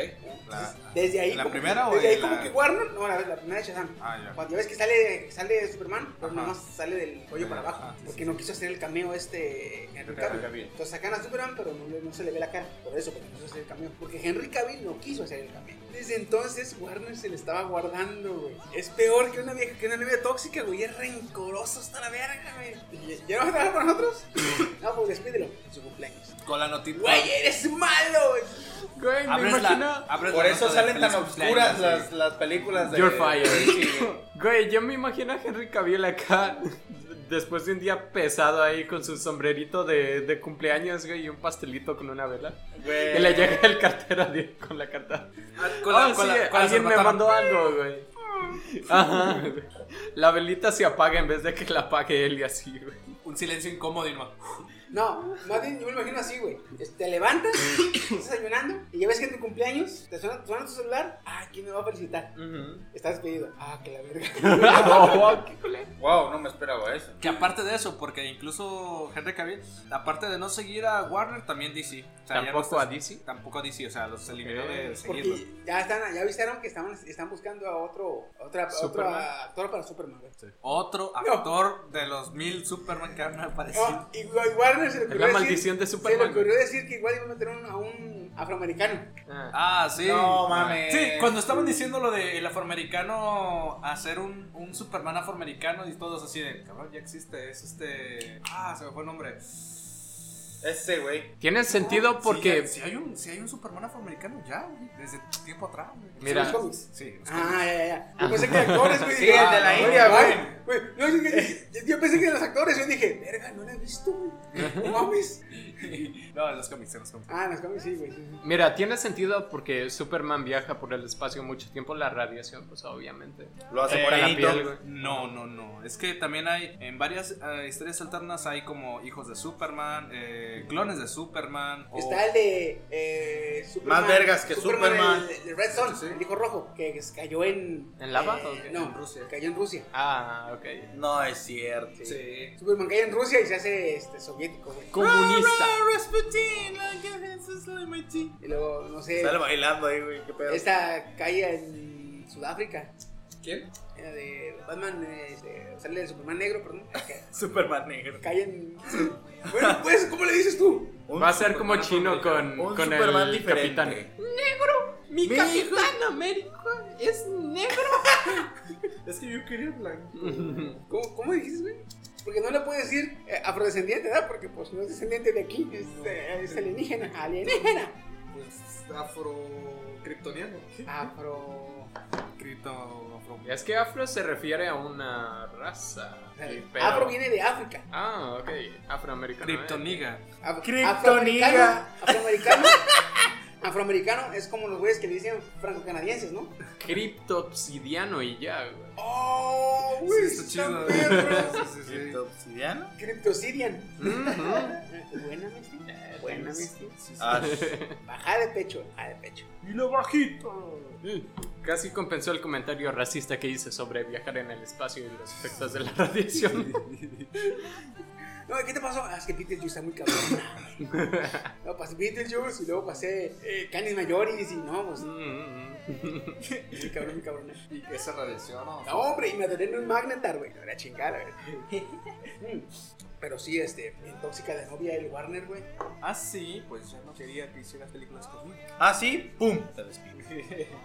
La-
Desde ahí.
¿La
como-
primera o
Desde ahí
Ah, en
como
la-
que Warner. No, la, la primera de Shazam.
Ah, ya.
Cuando ya ves que sale, sale de Superman, pues
Ajá.
nomás sale del cuello para abajo.
Ajá, sí,
porque no quiso hacer el cameo este Henry Cavill. Entonces sacan a Superman, pero no, le- no se le ve la cara. Por eso, porque no quiso hacer el cameo. Porque Henry Cavill no quiso hacer el cameo. Desde entonces Warner se le estaba guardando, güey. Es peor que una vieja, que una novia tóxica, güey. Es rencoroso hasta la verga, güey. ¿Y- ¿Ya no vas a trabajar con nosotros? no, pues despídelo en su cumpleaños.
Con la noticia.
Güey, eres malo, güey.
Güey, me
Abres la-
imagino.
abres
Por
la
eso
nota de
salen
feliz
tan oscuras
cumpleaños,
las,
sí.
las películas de.
You're fired.
Sí, güey.
Güey, yo me imagino a Henry Cavill acá. Después de un día pesado ahí con su sombrerito de, de cumpleaños, güey, y un pastelito con una vela.
Güey.
Que le llega el cartero de- con la carta.
Ah, con la-
Ah,
con
sí,
la- con la
alguien me
cerbatana.
mandó algo, güey. Ajá. La velita se apaga en vez de que la apague él y así, güey.
Un un silencio incómodo y no.
No, más bien yo me lo imagino así, güey. Es- Te levantas, estás desayunando y ya ves que en tu cumpleaños te suena, suena tu celular. Ah, ¿quién me va a felicitar? Estás despedido. Ah, que la verga.
Oh,
Wow, no me esperaba eso.
Que aparte de eso, porque incluso Henry Cavill, aparte de no seguir a Warner, también DC. O sea, ya no
¿Tampoco
está-
a DC?
Tampoco a DC, o sea, los eliminó de seguirlos.
Porque ya, están, ya avisaron que están, están buscando a otro, a otra, a otro
Superman.
actor para Superman. güey.
Otro actor de los mil Superman que han
Ah.
aparecido.
No, y, y Warner se le ocurrió
la
decir-
maldición de
Se le
Superman.
ocurrió decir que igual iban a meter un- a un afroamericano.
Ah, sí.
No mames.
Sí, cuando estaban diciendo lo del afroamericano, hacer un, un Superman afroamericano y todos así de, cabrón, ya existe, es este... Ah, se me fue el nombre.
Ese güey.
Tiene sentido porque,
Si hay, un, sí hay un Superman afroamericano ya, güey, desde tiempo atrás. güey.
mira,
Sí, los
Ah, ya, ya, ya. Yo pensé que actores, güey.
Sí, el de la India,
Ay, güey. No, yo, yo- yo pensé que los actores, yo dije, verga, no la he visto, güey. No mames.
cómics. No, los cómics, los cómics.
Ah, en los cómics sí, güey. sí, sí.
mira, tiene sentido porque Superman viaja por el espacio mucho tiempo, la radiación, pues obviamente.
Lo hace
Eh,
por
la
la
piel, güey.
No, no, no. Es que también hay en varias eh, historias alternas hay como hijos de Superman, eh, clones de Superman. o-
Está el de eh, Superman.
Más vergas que Superman.
El, el Red Son, el hijo rojo, que que cayó en.
¿En lava
eh,
o qué?
No,
En
Rusia. Cayó en Rusia.
Ah, ok.
No es cierto.
Sí.
Superman cayó en Rusia y se hace este, soviético, güey.
Comunista.
Y luego, no sé.
Sale bailando ahí, güey. Qué pedo.
Esta cae en Sudáfrica.
¿Quién?
Era de Batman, eh, de- sale de Superman negro, perdón. que
Superman negro.
Cae en. Bueno, pues, ¿cómo le dices tú?
Un
Va a ser como
Superman
chino con,
afroamericano. Un
con
Superman
el
diferente.
capitán.
Mi hijo-
América es negro.
Es que yo quería blanco.
¿Cómo, cómo dijiste, güey? Porque no le puedes decir eh, afrodescendiente, ¿verdad? Porque pues no es descendiente de aquí, es, eh, es alienígena, alienígena.
Pues afro kryptoniano.
Ah,
Afro.
Cripto afro.
Es que afro se refiere a una raza. pero-
Eh, Afro viene de África.
Ah, ok. Afroamericano. ¿eh?
Kryptoniga.
Af-
Kryptoniga.
afroamericano- Afroamericano. Afroamericano es como los güeyes que le dicen franco-canadienses, ¿no?
Criptopsidiano y ya, güey.
¡Oh,
Sí, está chido. Sí, sí, sí.
¿Obsidiano?
Cryptosidian.
Ujú.
Eh, Buena, Misty. Buena, Misty.
Ah,
Baja de pecho, baja de pecho.
Y lo bajito.
Mm.
Casi compensó el comentario racista que hice sobre viajar en el espacio y los efectos de la radiación.
No, ¿qué te pasó? Ah, es que Beetlejuice está muy cabrón. no, pasé Beetlejuice y luego pasé eh, Canis Mayoris y no, pues
Mm.
muy cabrón, muy cabrón.
Y que se radiación.
No, hombre, y me atoré en un Magnetar, güey. Era chingada, güey. Mm. Pero sí, este, en Tóxica de Novia, el Warner, güey.
Ah, sí, pues ya no quería que hicieras películas conmigo.
ah, sí, pum. Te despido.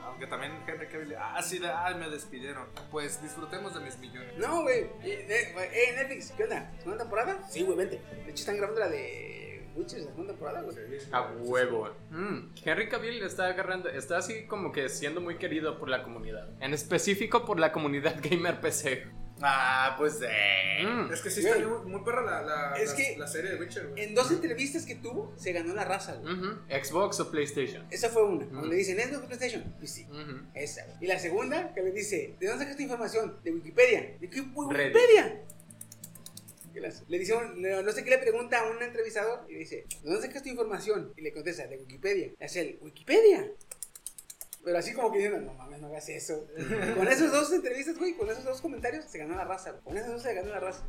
Aunque también Henry Cavill, ah, sí, de- ah, me despidieron. Pues disfrutemos de mis millones.
No, güey. Eh, eh, güey, eh, Netflix, ¿qué onda? ¿Segunda temporada? Sí, güey, vente. De hecho, están grabando la de Witcher, la segunda temporada, güey.
A huevo. Mm. Henry Cavill está agarrando, está así como que siendo muy querido por la comunidad. En específico por la comunidad gamer PC.
Ah, pues eh.
Mm.
Es que
sí está
muy, perra la,
Es la- que- la
serie de Witcher,
En dos entrevistas que tuvo, se ganó la raza, güey.
Ujú. Xbox o PlayStation.
Esa fue una.
Mm.
Donde dicen, ¿es de PlayStation? Pues sí.
Ujú.
Esa. güey. Y la segunda que le dice, ¿de dónde sacaste información? De Wikipedia. ¿De qué
Reddit.
Wikipedia? Y las- Le dice, un- no no sé qué le pregunta a un entrevistador y dice, ¿de dónde sacaste información? Y le contesta, de Wikipedia. Le hace el Wikipedia. Pero así como que diciendo, no mames, no hagas eso. con esos dos entrevistas, güey, con esos dos comentarios se ganó la raza. güey. Con esos dos se ganó la raza.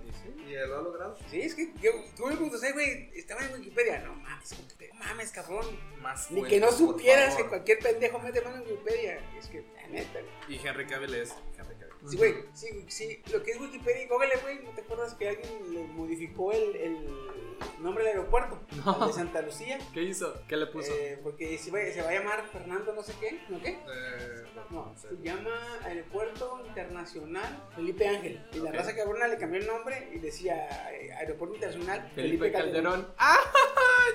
Y lo ha logrado.
Sí, es que yo, tú me preguntaste, güey, estaba en Wikipedia. No mames, Wikipedia. no mames, cabrón.
Más
Ni
fuentes,
que no
por
supieras que
favor.
cualquier pendejo mete mano en Wikipedia. Es que, la neta, güey.
Y Henry Cavill es Henry Cavill.
Sí, güey, sí, güey, sí, lo que es Wikipedia y Google, güey, ¿no te acuerdas que alguien le modificó el, el nombre del aeropuerto?
No.
El de Santa Lucía.
¿Qué hizo? ¿Qué le puso?
eh, porque se va, se va a llamar Fernando no sé qué, ¿no qué?
Eh,
No, se llama Aeropuerto Internacional Felipe Ángel. Y la
Ok.
raza cabrona le cambió el nombre y decía eh, Aeropuerto Internacional
Felipe, Calderón. ¡Ah!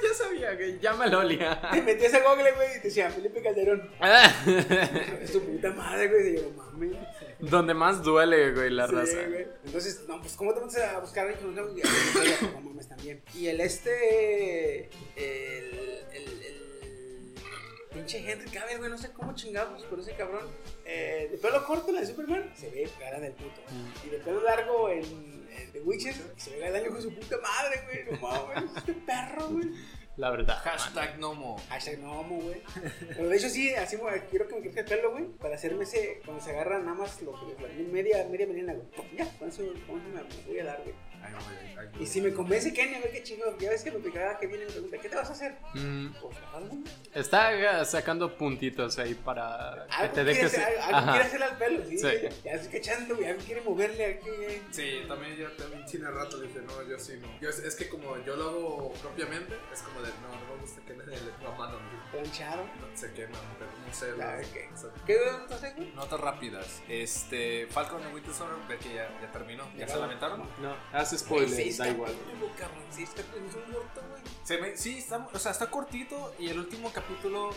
Ya sabía que llámalo,
Te
Olia.
metías a Google, güey, y te decía Felipe Calderón. Su puta madre, güey, y yo, mames.
Donde más duele, güey, la
Sí,
raza.
güey. Entonces, no, pues, ¿cómo te vas a buscar a alguien que no sea No mames también. Y el este. El. El. el pinche Henry Cavill, güey, no sé cómo chingados por ese cabrón.
Mm.
Eh, de pelo corto, la de Superman, se ve cara del puto. Y de pelo largo, en. en- de Witcher se venga el año con su puta madre, güey. No mames, este perro, güey.
La verdad.
Hashtag Nomo.
Hashtag no amo, güey. Pero de hecho sí, así güey, quiero que me crezca el pelo, güey. Para hacerme ese, cuando se agarra nada más lo que la- media, media melena, güey. Pues Ya, con eso, con eso me voy a dar, güey.
Ay, güey, ay, güey.
Y si me convence Kenny, a ver qué chingón. Ya ves que me picaba que viene y me pregunta, ¿qué te vas a hacer?
Mm,
Pues nada, güey.
está eh, sacando puntitos ahí para que
Algo
te
quiere
dejes.
hacer- algo- algo
Ajá.
quiere hacerle al pelo, sí.
Sí.
Ya estoy cachando, güey. Algo quiere moverle aquí, güey.
Sí, también yo también tiene rato dije, no, yo sí no. Yo, es, es que como yo lo hago propiamente, es como de, no, no me gusta que le dé la mano, no,
Planchado.
se quema, pero no sé.
Ah,
lo-
ok.
Pues,
o sea,
¿Qué duda entonces, güey?
Notas rápidas. Este, Falcon and Winter Soldier, ve que ya, ya terminó. ¿Ya se lamentaron?
No, haz spoiler, Pues,
Seis
da igual.
capítulos, cabrón. Seis capítulos, un montón, güey.
Se me- sí, está, o sea, está cortito y el último capítulo,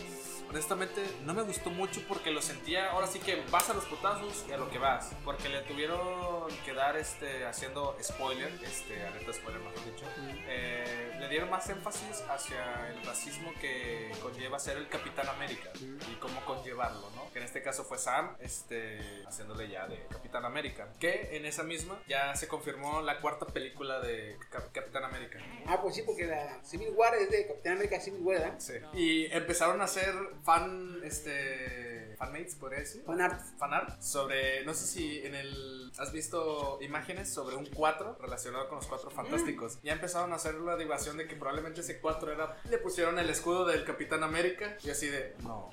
honestamente, no me gustó mucho porque lo sentía, ahora sí que vas a los putazos y a lo que vas, porque le tuvieron que dar, este, haciendo spoiler, este, alerta spoiler, mejor dicho, eh, le dieron más énfasis hacia el racismo que conlleva ser el Capitán América y cómo conllevarlo, ¿no? Que en este caso fue Sam, este, haciéndole ya de Capitán América, que en esa misma ya se confirmó la cuarta película de Cap- Capitán América.
Ah, pues sí, porque la Civil War es de Capitán América Civil War, ¿verdad?
Sí. Y empezaron a hacer fan, este, fanmates, por decir.
Fan art.
Fanart sobre, no sé si en el, has visto imágenes sobre un 4 relacionado con los 4 fantásticos. Ya empezaron a hacer la divagación de que probablemente ese 4 era, le pusieron el escudo del Capitán América y así de, no.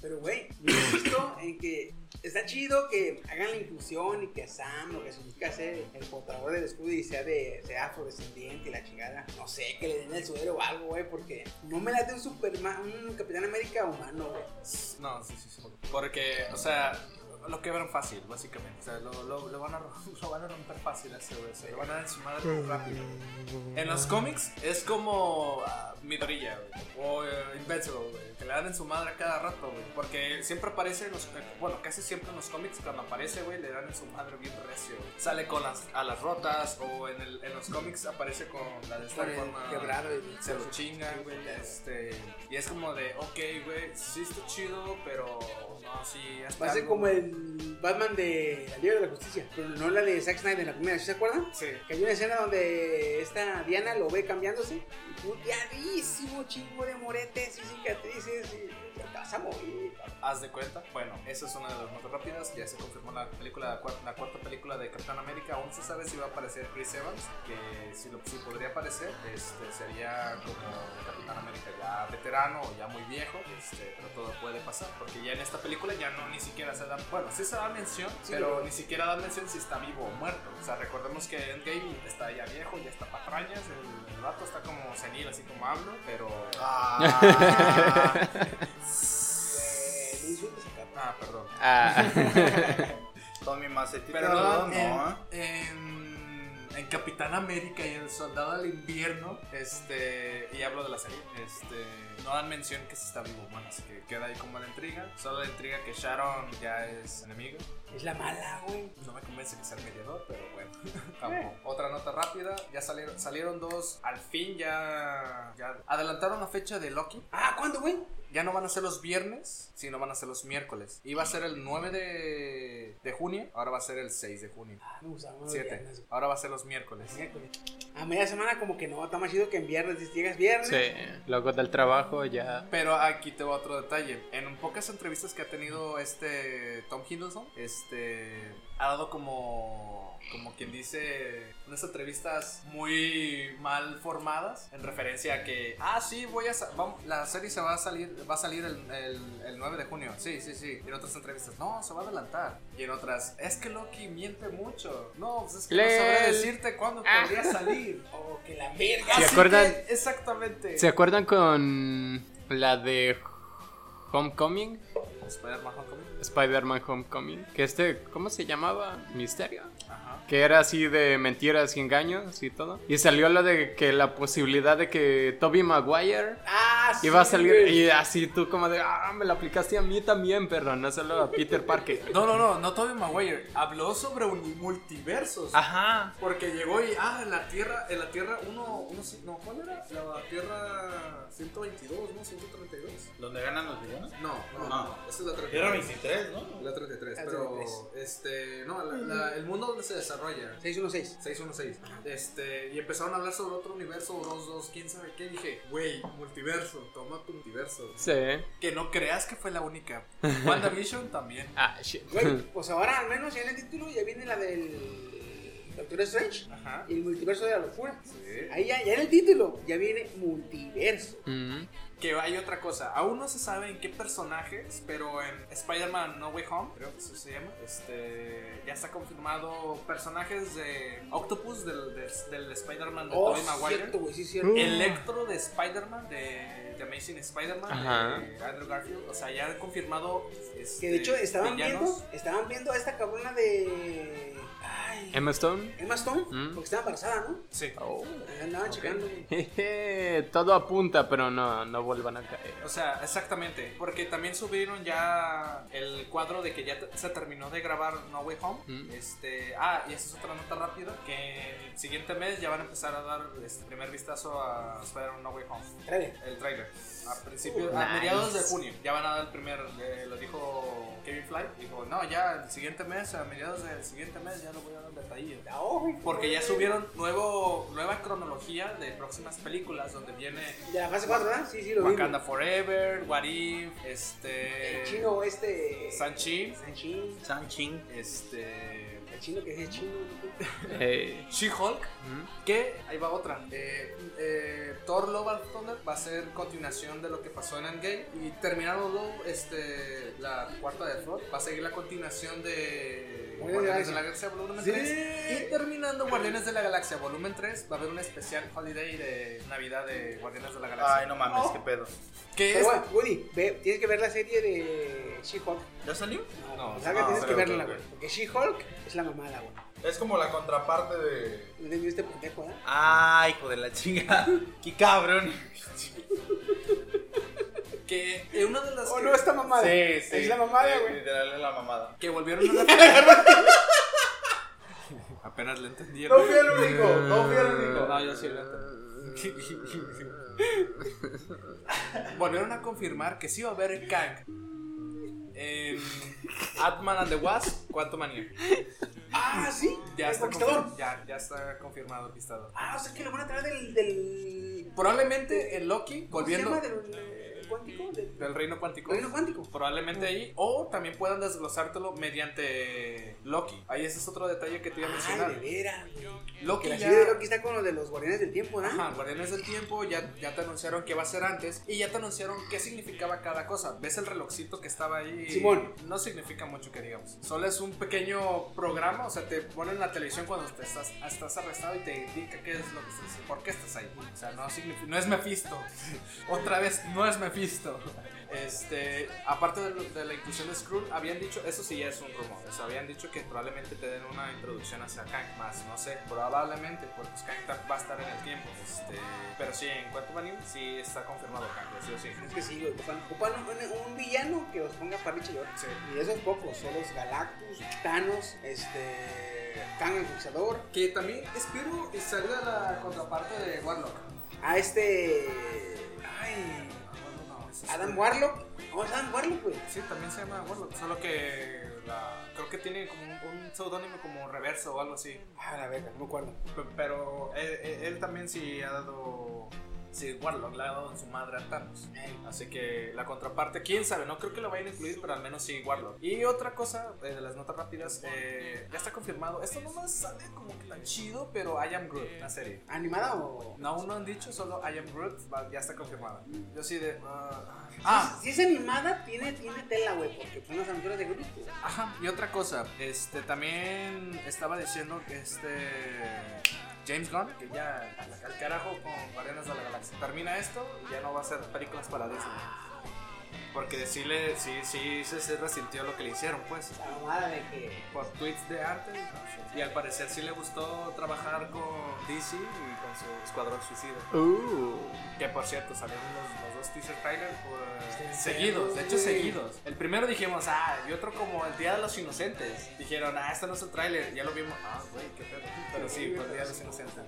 Pero, güey, yo insisto en que está chido que hagan la inclusión y que Sam, lo que significa ser el portador del escudo y sea de sea afrodescendiente y la chingada. No sé, que le den el suero o algo, güey, porque no me late un Superman, un Capitán América humano, güey.
Pues, No, sí, sí, sí. Porque, o sea, lo quebran fácil, básicamente. O sea, lo, lo- lo van, a, ro- lo van a romper fácil a ese güey. Se lo van a dar en su madre muy rápido. En los cómics es como ah, Midorilla, güey. O eh, Invincible, güey. Que le dan en su madre a cada rato, güey. Porque siempre aparece en los. eh, Bueno, casi siempre en los cómics, cuando aparece, güey, le dan en su madre bien recio. güey. Sale con las alas rotas. O en, el- en los cómics aparece con la de esta
Con el
forma.
quebrado y-
Se lo chingan, güey. Este. Y es como de, ok, güey, sí está chido, pero. No, sí. hasta
Va a ser
algo,
como
güey.
el Batman de la Liga de la Justicia, pero no la de Zack Snyder, la primera, ¿sí se acuerdan?
Sí.
Que hay una escena donde esta Diana lo ve cambiándose, y puteadísimo, chingo de moretes y cicatrices, y te vas a morir. cabrón.
Haz de cuenta. Bueno, esa es una de las notas rápidas. Ya se confirmó la película, la, cuar- la cuarta película de Capitán América. Aún se sabe si va a aparecer Chris Evans, que si, lo, si podría aparecer, este, sería como Capitán América ya veterano o ya muy viejo. Este, pero todo puede pasar, porque ya en esta película ya no ni siquiera se da, bueno, sí se da mención,
Sí,
pero
pero-
ni siquiera da mención si está vivo o muerto. O sea, recordemos que Endgame está ya viejo, ya está patrañas, el, el vato está como senil, así como hablo, pero...
Ah. Güey, no insultes a cabrón.
Ah, perdón.
Tommy Macetita.
Pero no,
no,
en,
no, ¿eh?
en- en Capitán América y el Soldado del Invierno, este, y hablo de la serie, este, no dan mención que se está vivo, bueno, así que queda ahí como la intriga. Solo la intriga que Sharon ya es enemigo.
Es la mala, güey.
No me convence que sea el mediador, pero bueno, tampoco. Otra nota rápida, ya salieron, salieron dos, al fin ya, ya adelantaron la fecha de Loki.
Ah, ¿cuándo, güey?
Ya no van a ser los viernes, sino van a ser los miércoles. Iba a ser el 9 de, de junio, ahora va a ser el 6 de junio.
Ah, me gustaba más
Siete.
viernes, güey.
Ahora va a ser los miércoles.
Miércoles. A media semana como que no, está más chido que en viernes, si llegas viernes.
Sí, luego del trabajo ya.
Pero aquí te va otro detalle. En pocas entrevistas que ha tenido este Tom Hiddleston, este ha dado como como quien dice unas entrevistas muy mal formadas en referencia a que ah sí voy a sa- vamos, la serie se va a salir va a salir el, el- el 9 de junio sí sí sí y en otras entrevistas no se va a adelantar y en otras es que Loki miente mucho no pues es que no sabré
Lel.
decirte cuándo podría salir
O oh, que la verga.
Ah. ¿Se
Así
acuerdan?
que, exactamente
¿Se acuerdan con la de Homecoming?
Spider-Man Homecoming.
Spider-Man Homecoming. Que este, ¿cómo se llamaba? Misterio.
Ajá.
Que era así de mentiras y engaños y todo. Y salió la de que la posibilidad de que Toby Maguire
Ah, sí.
iba a salir.
güey.
Y así tú como de, ah, me la aplicaste a mí también, pero no solo a Peter Parker.
No, no, no, no Tobey Maguire. Habló sobre un multiversos.
Ajá.
Porque llegó y, ah, en la Tierra, en la Tierra uno, uno sí- no, ¿cuál era? La Tierra 122, ¿no? 132.
¿Dónde ganan los villanos?
No, no,
Ah.
no. Esa es la 33.
Era 23, ¿no?
La 33,
La
pero
33.
este, no, la- la- el mundo donde se desarrolla.
616.
616. Este, y empezaron a hablar sobre otro universo, 22, quién sabe qué. Dije, güey, multiverso, toma tu multiverso.
Sí.
Que no creas que fue la única. WandaVision también.
Ah, shit.
Güey, pues ahora al menos ya en el título ya viene la del Doctor Strange
Ajá.
y el multiverso de la locura.
Sí.
Ahí ya, ya en el título ya viene multiverso.
Mm.
Que hay otra cosa, aún no se sabe en qué personajes, pero en Spider-Man No Way Home, creo que eso se llama, este, ya está confirmado personajes de Octopus del, del- del Spider-Man de
Oh,
Tobey
sí,
Maguire.
cierto, güey, sí, cierto.
Uh. Electro de Spider-Man, de, de Amazing
Ajá.
Spider-Man, de Andrew Garfield. O sea, ya han confirmado. este,
Que de hecho estaban
villanos.
viendo, estaban viendo a esta cabrona de ay,
Emma Stone.
Emma Stone,
Mm.
porque estaba embarazada, ¿no?
Sí.
Andaban checando. güey.
Jeje, Todo apunta, pero no, no vuelvan a caer.
O sea, exactamente. Porque también subieron ya el cuadro de que ya te- se terminó de grabar No Way Home.
Mm.
Este, ah, y esa es otra nota rápida. Que el siguiente mes ya van a empezar a dar este primer vistazo a Spider-Man No Way Home.
Tráele.
El trailer. A principios,
Uh,
a
nice.
mediados de junio. Ya van a dar el primer. eh, lo dijo Kevin Fly. Dijo, no, ya el siguiente mes, a mediados del siguiente mes, ya lo voy a dar en detalle.
La ojo,
Porque ya
güey.
subieron nuevo, nueva cronología de próximas películas donde viene
De la fase 4, ¿verdad? Sí, sí, lo vi.
Wakanda Forever, What If, este.
El chino este.
Sanchi.
Sanchi.
San Ching.
Este.
El chino que es chino. ¿no?
Eh,
She-Hulk.
mm.
Que ahí va otra. Eh, eh, Thor Love and Thunder va a ser continuación de lo que pasó en Endgame. Y terminando este, la cuarta de Thor, va a seguir la continuación de
Guardianes
Guardianes
de
de
la
la Galaxia Volumen
Sí.
3. Y terminando Guardianes de la Galaxia Volumen 3, va a haber un especial holiday de Navidad de Guardianes de la Galaxia.
Ay, no mames, qué pedo.
Que
Pero
es.
bueno, Woody, ve- tienes que ver la serie de She-Hulk.
¿Ya salió?
No,
O sea, que tienes
pero-
que verla,
pero-
güey. Porque She-Hulk es la mamada, güey.
Es como la contraparte de.
No entendí este pendejo, ¿verdad?
Ay, Ah, hijo de la chinga. Qué cabrón.
Que eh, una de las.
Oh,
que-
no, esta mamada.
Sí, sí.
Es la mamada,
Sí,
güey.
Literal es la mamada.
Que volvieron a la Apenas le entendieron.
No fui el único, no fui el único.
No, Ah, yo sí lo entendí. Volvieron a confirmar que sí va a haber Kang. En Atman and the Wasp, ¿cuánto manía?
Ah, sí.
Ya
el
está,
conquistador.
confir- ya, ya está confirmado el conquistador.
Ah, o sea, que lo van a traer del. del...
Probablemente el Loki,
¿cómo se
volviendo
llama? Del, eh, cuántico. Del
del reino cuántico.
reino cuántico.
Probablemente ahí. O también puedan desglosártelo mediante Loki. Ahí ese es otro detalle que te iba a mencionar.
Ay, Ah, de veras. Que
Loki
la
ya-
serie de Loki está con los de los guardianes del tiempo, ¿verdad?
Ajá, Guardianes del Tiempo, ya, ya te anunciaron que va a ser antes y ya te anunciaron qué significaba cada cosa. ¿Ves el relojcito que estaba ahí?
Simón.
No significa mucho que digamos. Solo es un pequeño programa, o sea, te ponen la televisión cuando te estás, estás arrestado y te indica qué es lo que estás ¿Por qué estás ahí? O sea, no, signifi- no es Mephisto. Otra vez, no es Mephisto. Este, aparte de, lo- de la inclusión de Skrull, habían dicho, eso sí ya es un rumor, o sea, habían dicho que probablemente te den una introducción hacia Kang más, no sé, probablemente, porque pues Kang ta- va a estar en el tiempo, este, pero sí, en cuanto a anime, sí está confirmado Kang, sí o sí.
Es que sí, güey. Ocupan, ocupan un, un villano que los ponga para y llorar.
Sí.
Y de esos pocos son los Galactus, Thanos, este. Kang el Conquistador.
Que también espero que salga la contraparte de Warlock.
A este. Ay. Adam Warlock. ¿Cómo es Adam Warlock, güey?
Sí, también se llama Warlock, solo que la- creo que tiene como un, un seudónimo como reverso o algo así.
Ah, la verga, no me acuerdo.
Pe- Pero él, él- él también sí ha dado. Sí, Warlock le ha dado en su madre a Thanos. Así que la contraparte, quién sabe, no creo que lo vayan a incluir, pero al menos sí Warlock. Y otra cosa eh, de las notas rápidas, eh, ya está confirmado. Esto nomás sale como que tan chido, pero I am Groot, la serie.
¿Animada o.?
No, aún no han dicho, solo I am Groot, va- ya está confirmada. Yo sí de. ah, ah,
Ah. Si es animada, tiene, tiene tela, güey, porque son las aventuras de Groot. güey.
Ajá, y otra cosa, este también estaba diciendo que este James Gunn, que ya al, al carajo con Guardianes de la Galaxia. Termina esto y ya no va a hacer películas para Disney. Porque sí, le, sí, sí se, se resintió lo que le hicieron, pues.
La mamada de que.
Por tweets de arte. no sé. Y al parecer sí le gustó trabajar con DC y con su escuadrón suicida.
Uh.
Que por cierto, salieron los, los dos teaser trailers pues, seguidos, de hecho seguidos. El primero dijimos, ah, y otro como el Día de los Inocentes. Dijeron, ah, este no es el trailer, ya lo vimos. Ah, güey, qué pedo. Pero sí, fue el Día de los Inocentes.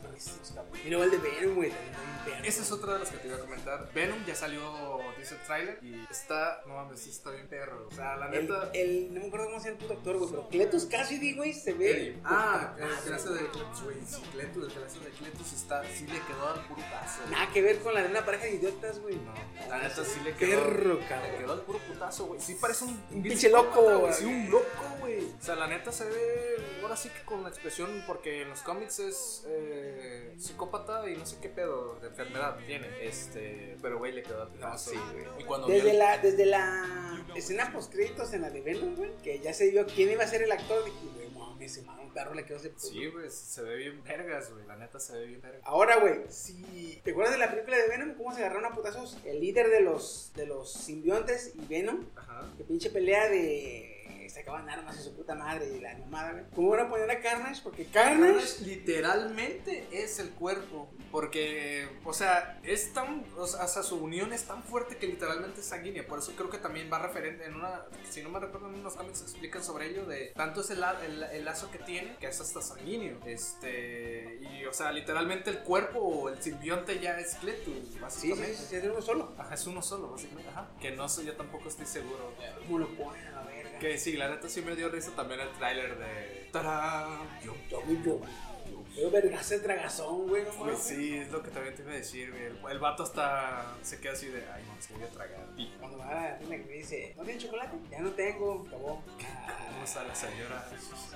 Y luego el de Venom, güey. también está bien perro.
Esa es otra de las que te iba a comentar. Venom ya salió, dice el trailer, y está, no mames, sí está bien perro. O sea, la
El, E.
neta.
el- no me acuerdo cómo se llama el puto actor, güey, pero Cletus Cassidy, güey, se ve.
Ah, el clase de Cletus, güey. Sí, Cletus, el clase de Cletus está, sí le quedó al puro paso.
Nada que ver con la de una pareja de idiotas, güey.
No, la neta sí le quedó.
Perro,
Le
cabrón.
quedó el puro putazo, güey. Sí parece un,
Un pinche loco,
psicópata,
güey.
Sí, un loco, güey. O sea, la neta se ve. Ahora sí que con la expresión, porque en los cómics es eh, psicópata y no sé qué pedo de enfermedad tiene. Este. Pero, güey, le quedó al
Ah,
putazo.
Ah, sí,
Y cuando
Desde
vio-
la, desde la escena post créditos en la de Venom, güey, que ya se vio quién iba a ser el actor, dije, güey, mames, se mamó un perro, le quedó ese puto.
Sí, güey, se ve bien vergas, güey. La neta se ve bien vergas.
Ahora, güey, si te acuerdas de la película de Venom, cómo se agarraron a putazos el líder de los, de los simbiontes y Venom,
Ajá.
que pinche pelea de sacaban armas a su puta madre y la mamada, güey. ¿Cómo van a poner a Carnage? Porque Carnage
Carnage literalmente es el cuerpo. Porque, o sea, es tan. O sea, hasta su unión es tan fuerte que literalmente es sanguínea. Por eso creo que también va referente en una. Si no me recuerdo, en unos cómics explican sobre ello. De tanto es el, la- el- el lazo que tiene que es hasta sanguíneo. Este. Y, o sea, literalmente el cuerpo o el simbionte ya es Cletus,
Sí,
básicamente.
sí, sí, sí, es de uno solo.
Ajá, es uno solo, básicamente. Ajá. Que no sé, yo tampoco estoy seguro.
¿Cómo lo ponen a la verga?
Que sí, la neta sí me dio risa también el tráiler de. ¡Tarán!
Yo, yo, yo, yo. Pero vergas el tragazón, güey, no
Pues
mames.
sí, es lo que también te iba a decir, güey. El, el vato hasta se queda así de, ay, no, se voy a tragar. Y
Cuando va a la tienda que me dice, ¿no tiene chocolate? Ya no tengo, acabó. Ah,
cómo está la señora.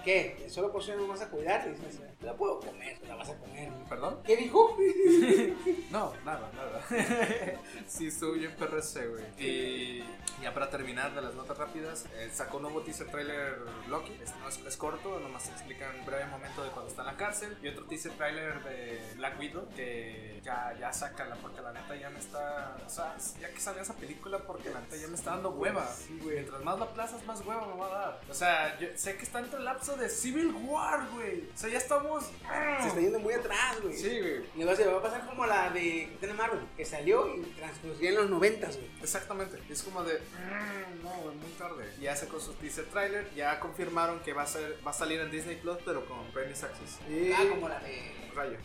¿Qué? ¿Que ¿Solo por eso no me vas a cuidar? Y dices, te la puedo comer, te la vas a comer.
¿Perdón?
¿Qué dijo?
No, nada, nada. sí, estuvo bien perro ese, güey. Y ya para terminar de las notas rápidas, eh, sacó un nuevo teaser trailer Loki. Es, no es, es corto, nomás explican un breve momento de cuando está en la cárcel. Y otro teaser trailer de Black Widow, que ya, ya sácala, porque la neta ya me está. O sea, ya que salió esa película, porque la neta ya me está dando hueva. Mientras más la plazas, más hueva me va a dar. O sea, yo sé que está entre el lapso de Civil War, güey. O sea, ya estamos.
Se está yendo muy atrás, güey.
Sí, güey.
Y luego se va a pasar como la de Capitana Marvel, que salió y transcurría en los noventas, güey.
Exactamente, es como de "Mm, no, güey, muy tarde. Ya sacó su teaser trailer, ya confirmaron que va a ser va a salir en Disney Plus, pero con Premium Access. Y
Ah, como la de...
Rayo.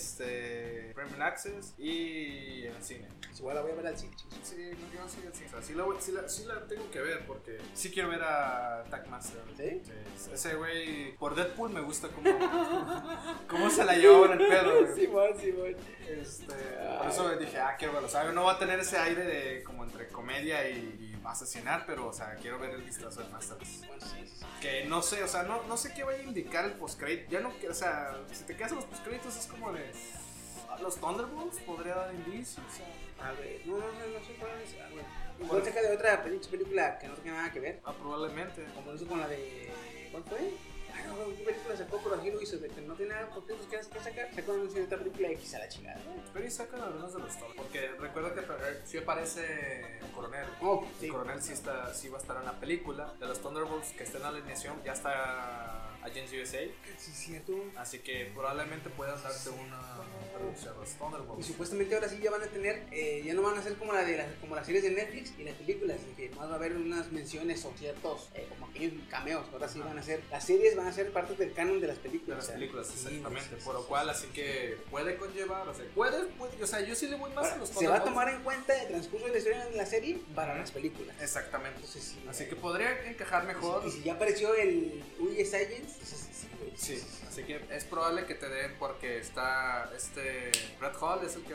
Este Premium Access y en el cine.
Igual la voy a ver al cine, chicos.
Sí, no quiero seguir al cine. O sea, sí la, voy- sí la- sí la tengo que ver porque sí quiero ver a Tackmaster.
¿Sí?
Ese güey por Deadpool me gusta cómo, cómo se la llevó en el pedo. güey.
Simón, Simón.
Este, por eso dije, ah, quiero verlo. O sea, no va a tener ese aire de como entre comedia y, y asesinar, pero, o sea, quiero ver el vistazo de Masters.
Bueno, sí, sí, sí.
Que no sé, o sea, no, no sé qué vaya a indicar el post-credit. Ya no, que- o sea, si te quedas en los post-créditos es como de. "Ah, Los Thunderbolts podría dar indicios. O sea,
A ver, no, no, no, no sé cuál es. Ah, bueno. Igual saca de otra pinche película que no tenga nada que ver.
ah, probablemente.
Como lo hizo con la de. ¿Cuál fue? Ah, no, güey, ¿qué película sacó? Pero así lo hizo, de que no tiene nada por qué buscar qué sacar. Sacó un anuncio de otra película X a la chingada.
Pero y sacan algunos de los Thunderbolts. Porque recuerda que eh, sí aparece el coronel.
Oh,
El
sí.
coronel sí, está, sí va a estar en la película. De los Thunderbolts que está en la alineación, ya está Agents USA.
Sí, es cierto.
Así que probablemente puedas darte una reducción a los
Y
Thunderbolts.
supuestamente ahora sí ya van a tener, eh, ya no van a ser como, la de las, como las series de Netflix y las películas, de que más va a haber unas menciones o ciertos, eh, como aquellos cameos. Ahora sí van a ser, las series van a ser parte del canon de las
De
películas.
las
o sea,
películas,
sí,
exactamente.
sí,
por
sí,
lo cual, así que puede conllevar, o sea, puede, puede- o sea, yo sí le voy más a los
se va a
Thunderbolts.
tomar en cuenta el transcurso de la historia de la serie para las películas.
Exactamente.
Entonces, sí,
Así
eh,
que podría encajar mejor.
Y si ya apareció el Uy es Agents, entonces sí, sí, güey.
Sí, así que es probable que te den porque está este Brad Hall es el que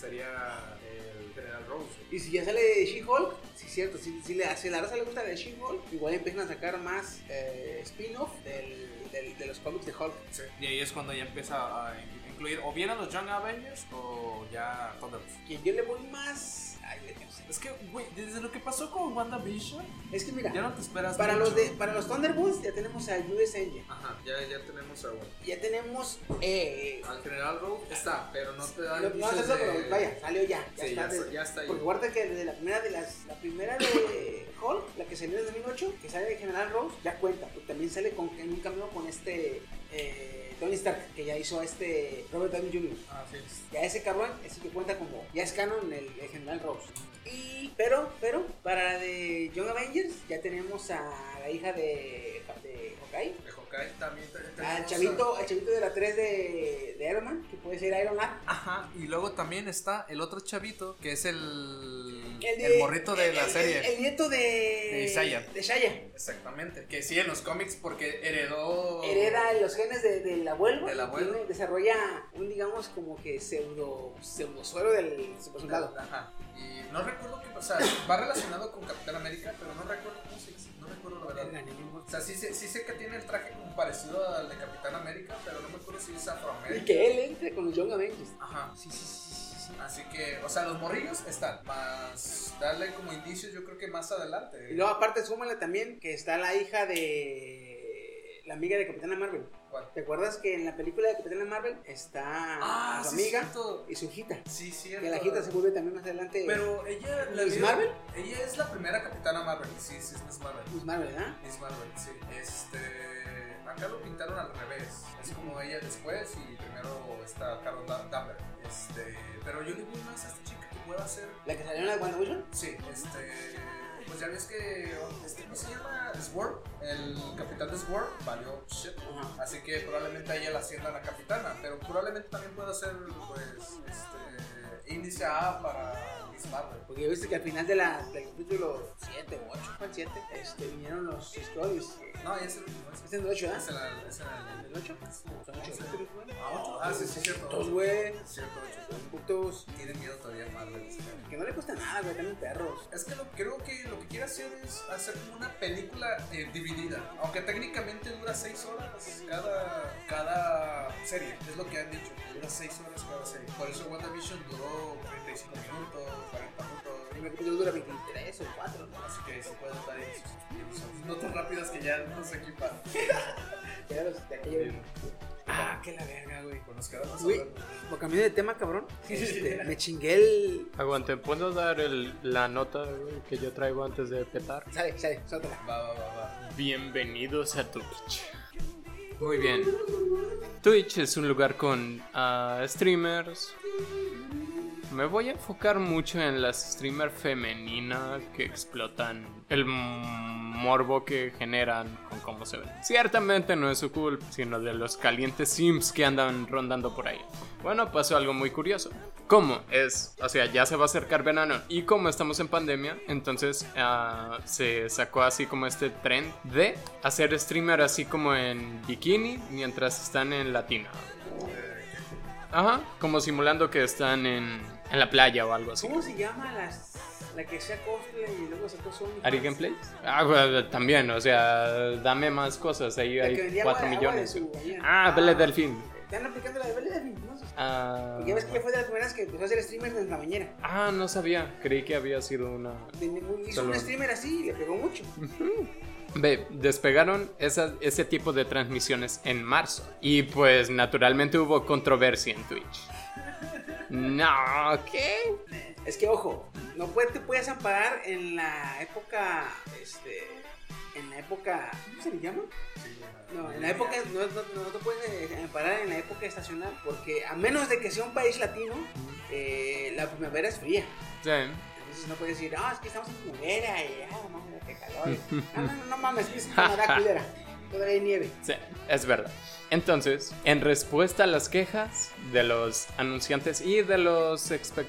sería el General Rose.
Y si ya sale de She-Hulk, sí, es cierto, si, si, le- si la raza le gusta de She-Hulk, igual empiezan a sacar más eh, spin-off del- del- de los cómics de Hulk.
Y ahí es cuando ya empieza a in- incluir o bien a los Young Avengers o ya Thunderbolts.
Quien yo le voy más. Ay, güey, no sé.
Es que, Güey, desde lo que pasó con WandaVision,
Es que mira,
ya no te esperas
para,
mucho.
los de, para los Thunderbolts ya tenemos a US Angel.
Ajá, ya, ya tenemos a Wanda.
Ya tenemos. Eh,
Al general Rogue está, pero no te da
no, no,
indicios
no, no,
de-
pero vaya, salió ya. Ya
Sí,
está,
ya
de-
está- ya está ahí.
Porque guarda que desde la primera de las. La primera de Hulk, la que salió en 2008, que sale de General Rose, ya cuenta. Porque también sale con, en un camino con este. Eh, Tony Stark, que ya hizo a este Robert Downey Jr.
Ah, sí.
Ya ese cabrón, ese que cuenta como, ya es canon el, el General Rose. Y, pero, pero, para la de Young Avengers, ya tenemos a la hija de, de Hawkeye.
De Hawkeye también. te- tenemos
Al
a-
Ah, chavito, al chavito de la 3 de, de Iron Man, que puede ser Iron Man.
Ajá, y luego también está el otro chavito, que es el, el,
de-
morrito de
el-
la
el-
serie.
El, el nieto de.
De Isaiah.
De Isaiah.
Exactamente, que sí en los cómics porque heredó...
Hereda los genes de- del abuelo.
Oh. Del
y
abuelo.
tiene- desarrolla un, digamos, como que pseudo, pseudo suero del super soldado.
Ajá. Y no recuerdo qué pasa. Va relacionado con Capitán América, pero no recuerdo cómo se No recuerdo la verdad. O sea, sí, sé- sí sé que tiene el traje como parecido al de Capitán América, pero no me acuerdo si es
Y
afroamericano.
que él entre con los Young Avengers.
Ajá, sí, sí, sí, sí, sí. Así que, o sea, los morrillos están. Más darle como indicios, yo creo que más adelante.
Y luego aparte súmale también que está la hija de la amiga de Capitana Marvel.
¿Cuál?
¿Te acuerdas que en la película de Capitana Marvel está
Ah,
su
sí,
amiga
cierto.
y su hijita?
Sí, cierto.
Que la hijita se vuelve también más adelante
Pero ella. la
¿Miss
vi-
Marvel?
Ella es la primera Capitana Marvel. Sí, sí, es Miss Marvel.
Miss Marvel, ¿verdad?
Miss Marvel, sí. Este. Acá lo pintaron al revés. Es como ella después y primero está Carol Dam- Danvers. Este. Pero yo le vi más a esta chica que pueda hacer.
La que salió en la de WandaVision.
Sí, este. Pues ya ves que. Este, ¿Cómo se llama? Sword. El capitán de Sword valió shit.
Ajá.
Así que probablemente a ella la ascienda a la capitana. Pero probablemente también pueda ser, pues. Este. Índice A para Miss Marvel. Pues,
Porque ya viste que al final de la, del capítulo 7 o 8, ¿cuál 7? Este, vinieron los Skrulls.
No, ese es el último. ese-
¿Es el 8,
ese
¿verdad?
era el- ese era el-
¿El 8? Son 8 capítulos, güey.
Ah, ocho. Ah, sí, sí, cierto.
Dos, güey.
Cierto, ocho.
Putos.
Tiene miedo todavía más de los perros.
Que no le cuesta nada, güey. También perros.
Es que lo, creo que lo que quiere hacer es hacer como una película eh, dividida. Aunque técnicamente dura 6 horas cada, cada serie. Es lo que han dicho. que Dura 6 horas cada serie. Por eso WandaVision duró 35 minutos, 40
El
minutos.
primer capítulo dura 23 o 4, ¿no?
Así que se puede notar en sus- en sus notas rápidas que ya nos equipan.
Ya los de aquello. Ah, que la verga, güey.
Pues nos quedamos
Güey,
hablando.
por cambié de tema, cabrón. Este, me chingué el.
Aguanten, ¿puedo dar el- la nota güey, que yo traigo antes de petar?
Sale, sale, suéltala.
Va, va, va, va.
Bienvenidos a Twitch. Muy bien. Twitch es un lugar con ah, streamers. Me voy a enfocar mucho en las streamers femeninas que explotan el morbo que generan con cómo se ven. Ciertamente no es su culpa, sino de los calientes sims que andan rondando por ahí. Bueno, pasó algo muy curioso. ¿Cómo es? O sea, ya se va a acercar verano. Y como estamos en pandemia, entonces ah, se sacó así como este tren de hacer streamer así como en bikini mientras están en latina. Ajá, como simulando que están en, en la playa o algo así.
¿Cómo se llama las, la que sea cosplay y luego sacó Sony?
¿Ari Gameplay? Ah, bueno, también, o sea, dame más cosas, ahí
La que
hay
vendía agua-
4
agua
millones.
de su bañera.
Ah, Belle Delfín.
Están aplicando la de Belly Delfín, ¿no?
Ah,
Porque ya ves que ella fue de las primeras que empezó a hacer streamers desde la mañana.
ah, no sabía, creí que había sido una...
De ningún- hizo
Solo-
un streamer así y le pegó mucho.
Ve, despegaron esa- ese tipo de transmisiones en marzo. Y pues naturalmente hubo controversia en Twitch. No, ¿qué?
Es que, ojo, no puede- te puedes amparar en la época. Este. En la época. ¿Cómo se le llama? No, en la época. No, no- no te puedes eh, amparar en la época estacional. Porque a menos de que sea un país latino, eh, la primavera es fría.
Sí.
Entonces no puedes decir, ah, es que estamos en primavera y ah, no mames, qué calor. No, no, no, no mames, es primavera culera. Todavía hay nieve.
Sí, es verdad. Entonces, en respuesta a las quejas de los anunciantes y de los expe-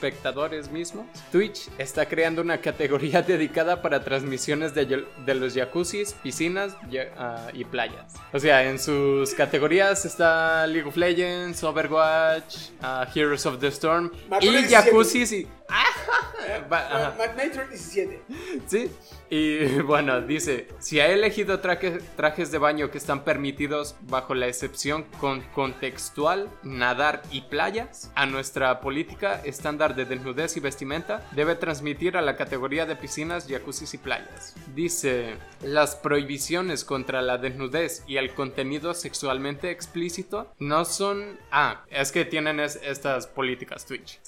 espectadores mismos, Twitch está creando una categoría dedicada para transmisiones de, yo- de los jacuzzis, piscinas ya- ah, y playas. O sea, en sus categorías está League of Legends, Overwatch, ah, Heroes of the Storm
Mato
y
Legacy.
jacuzzis y... ¡Ah, ja, va- ajá.
Matt Matron 17.
Sí. Y bueno, dice, si ha elegido traque- trajes de baño que están permitidos bajo la excepción con- contextual, nadar y playas, a nuestra política estándar de desnudez y vestimenta debe transmitir a la categoría de piscinas, jacuzzis y playas. Dice, las prohibiciones contra la desnudez y el contenido sexualmente explícito no son... Ah, es que tienen es- estas políticas Twitch.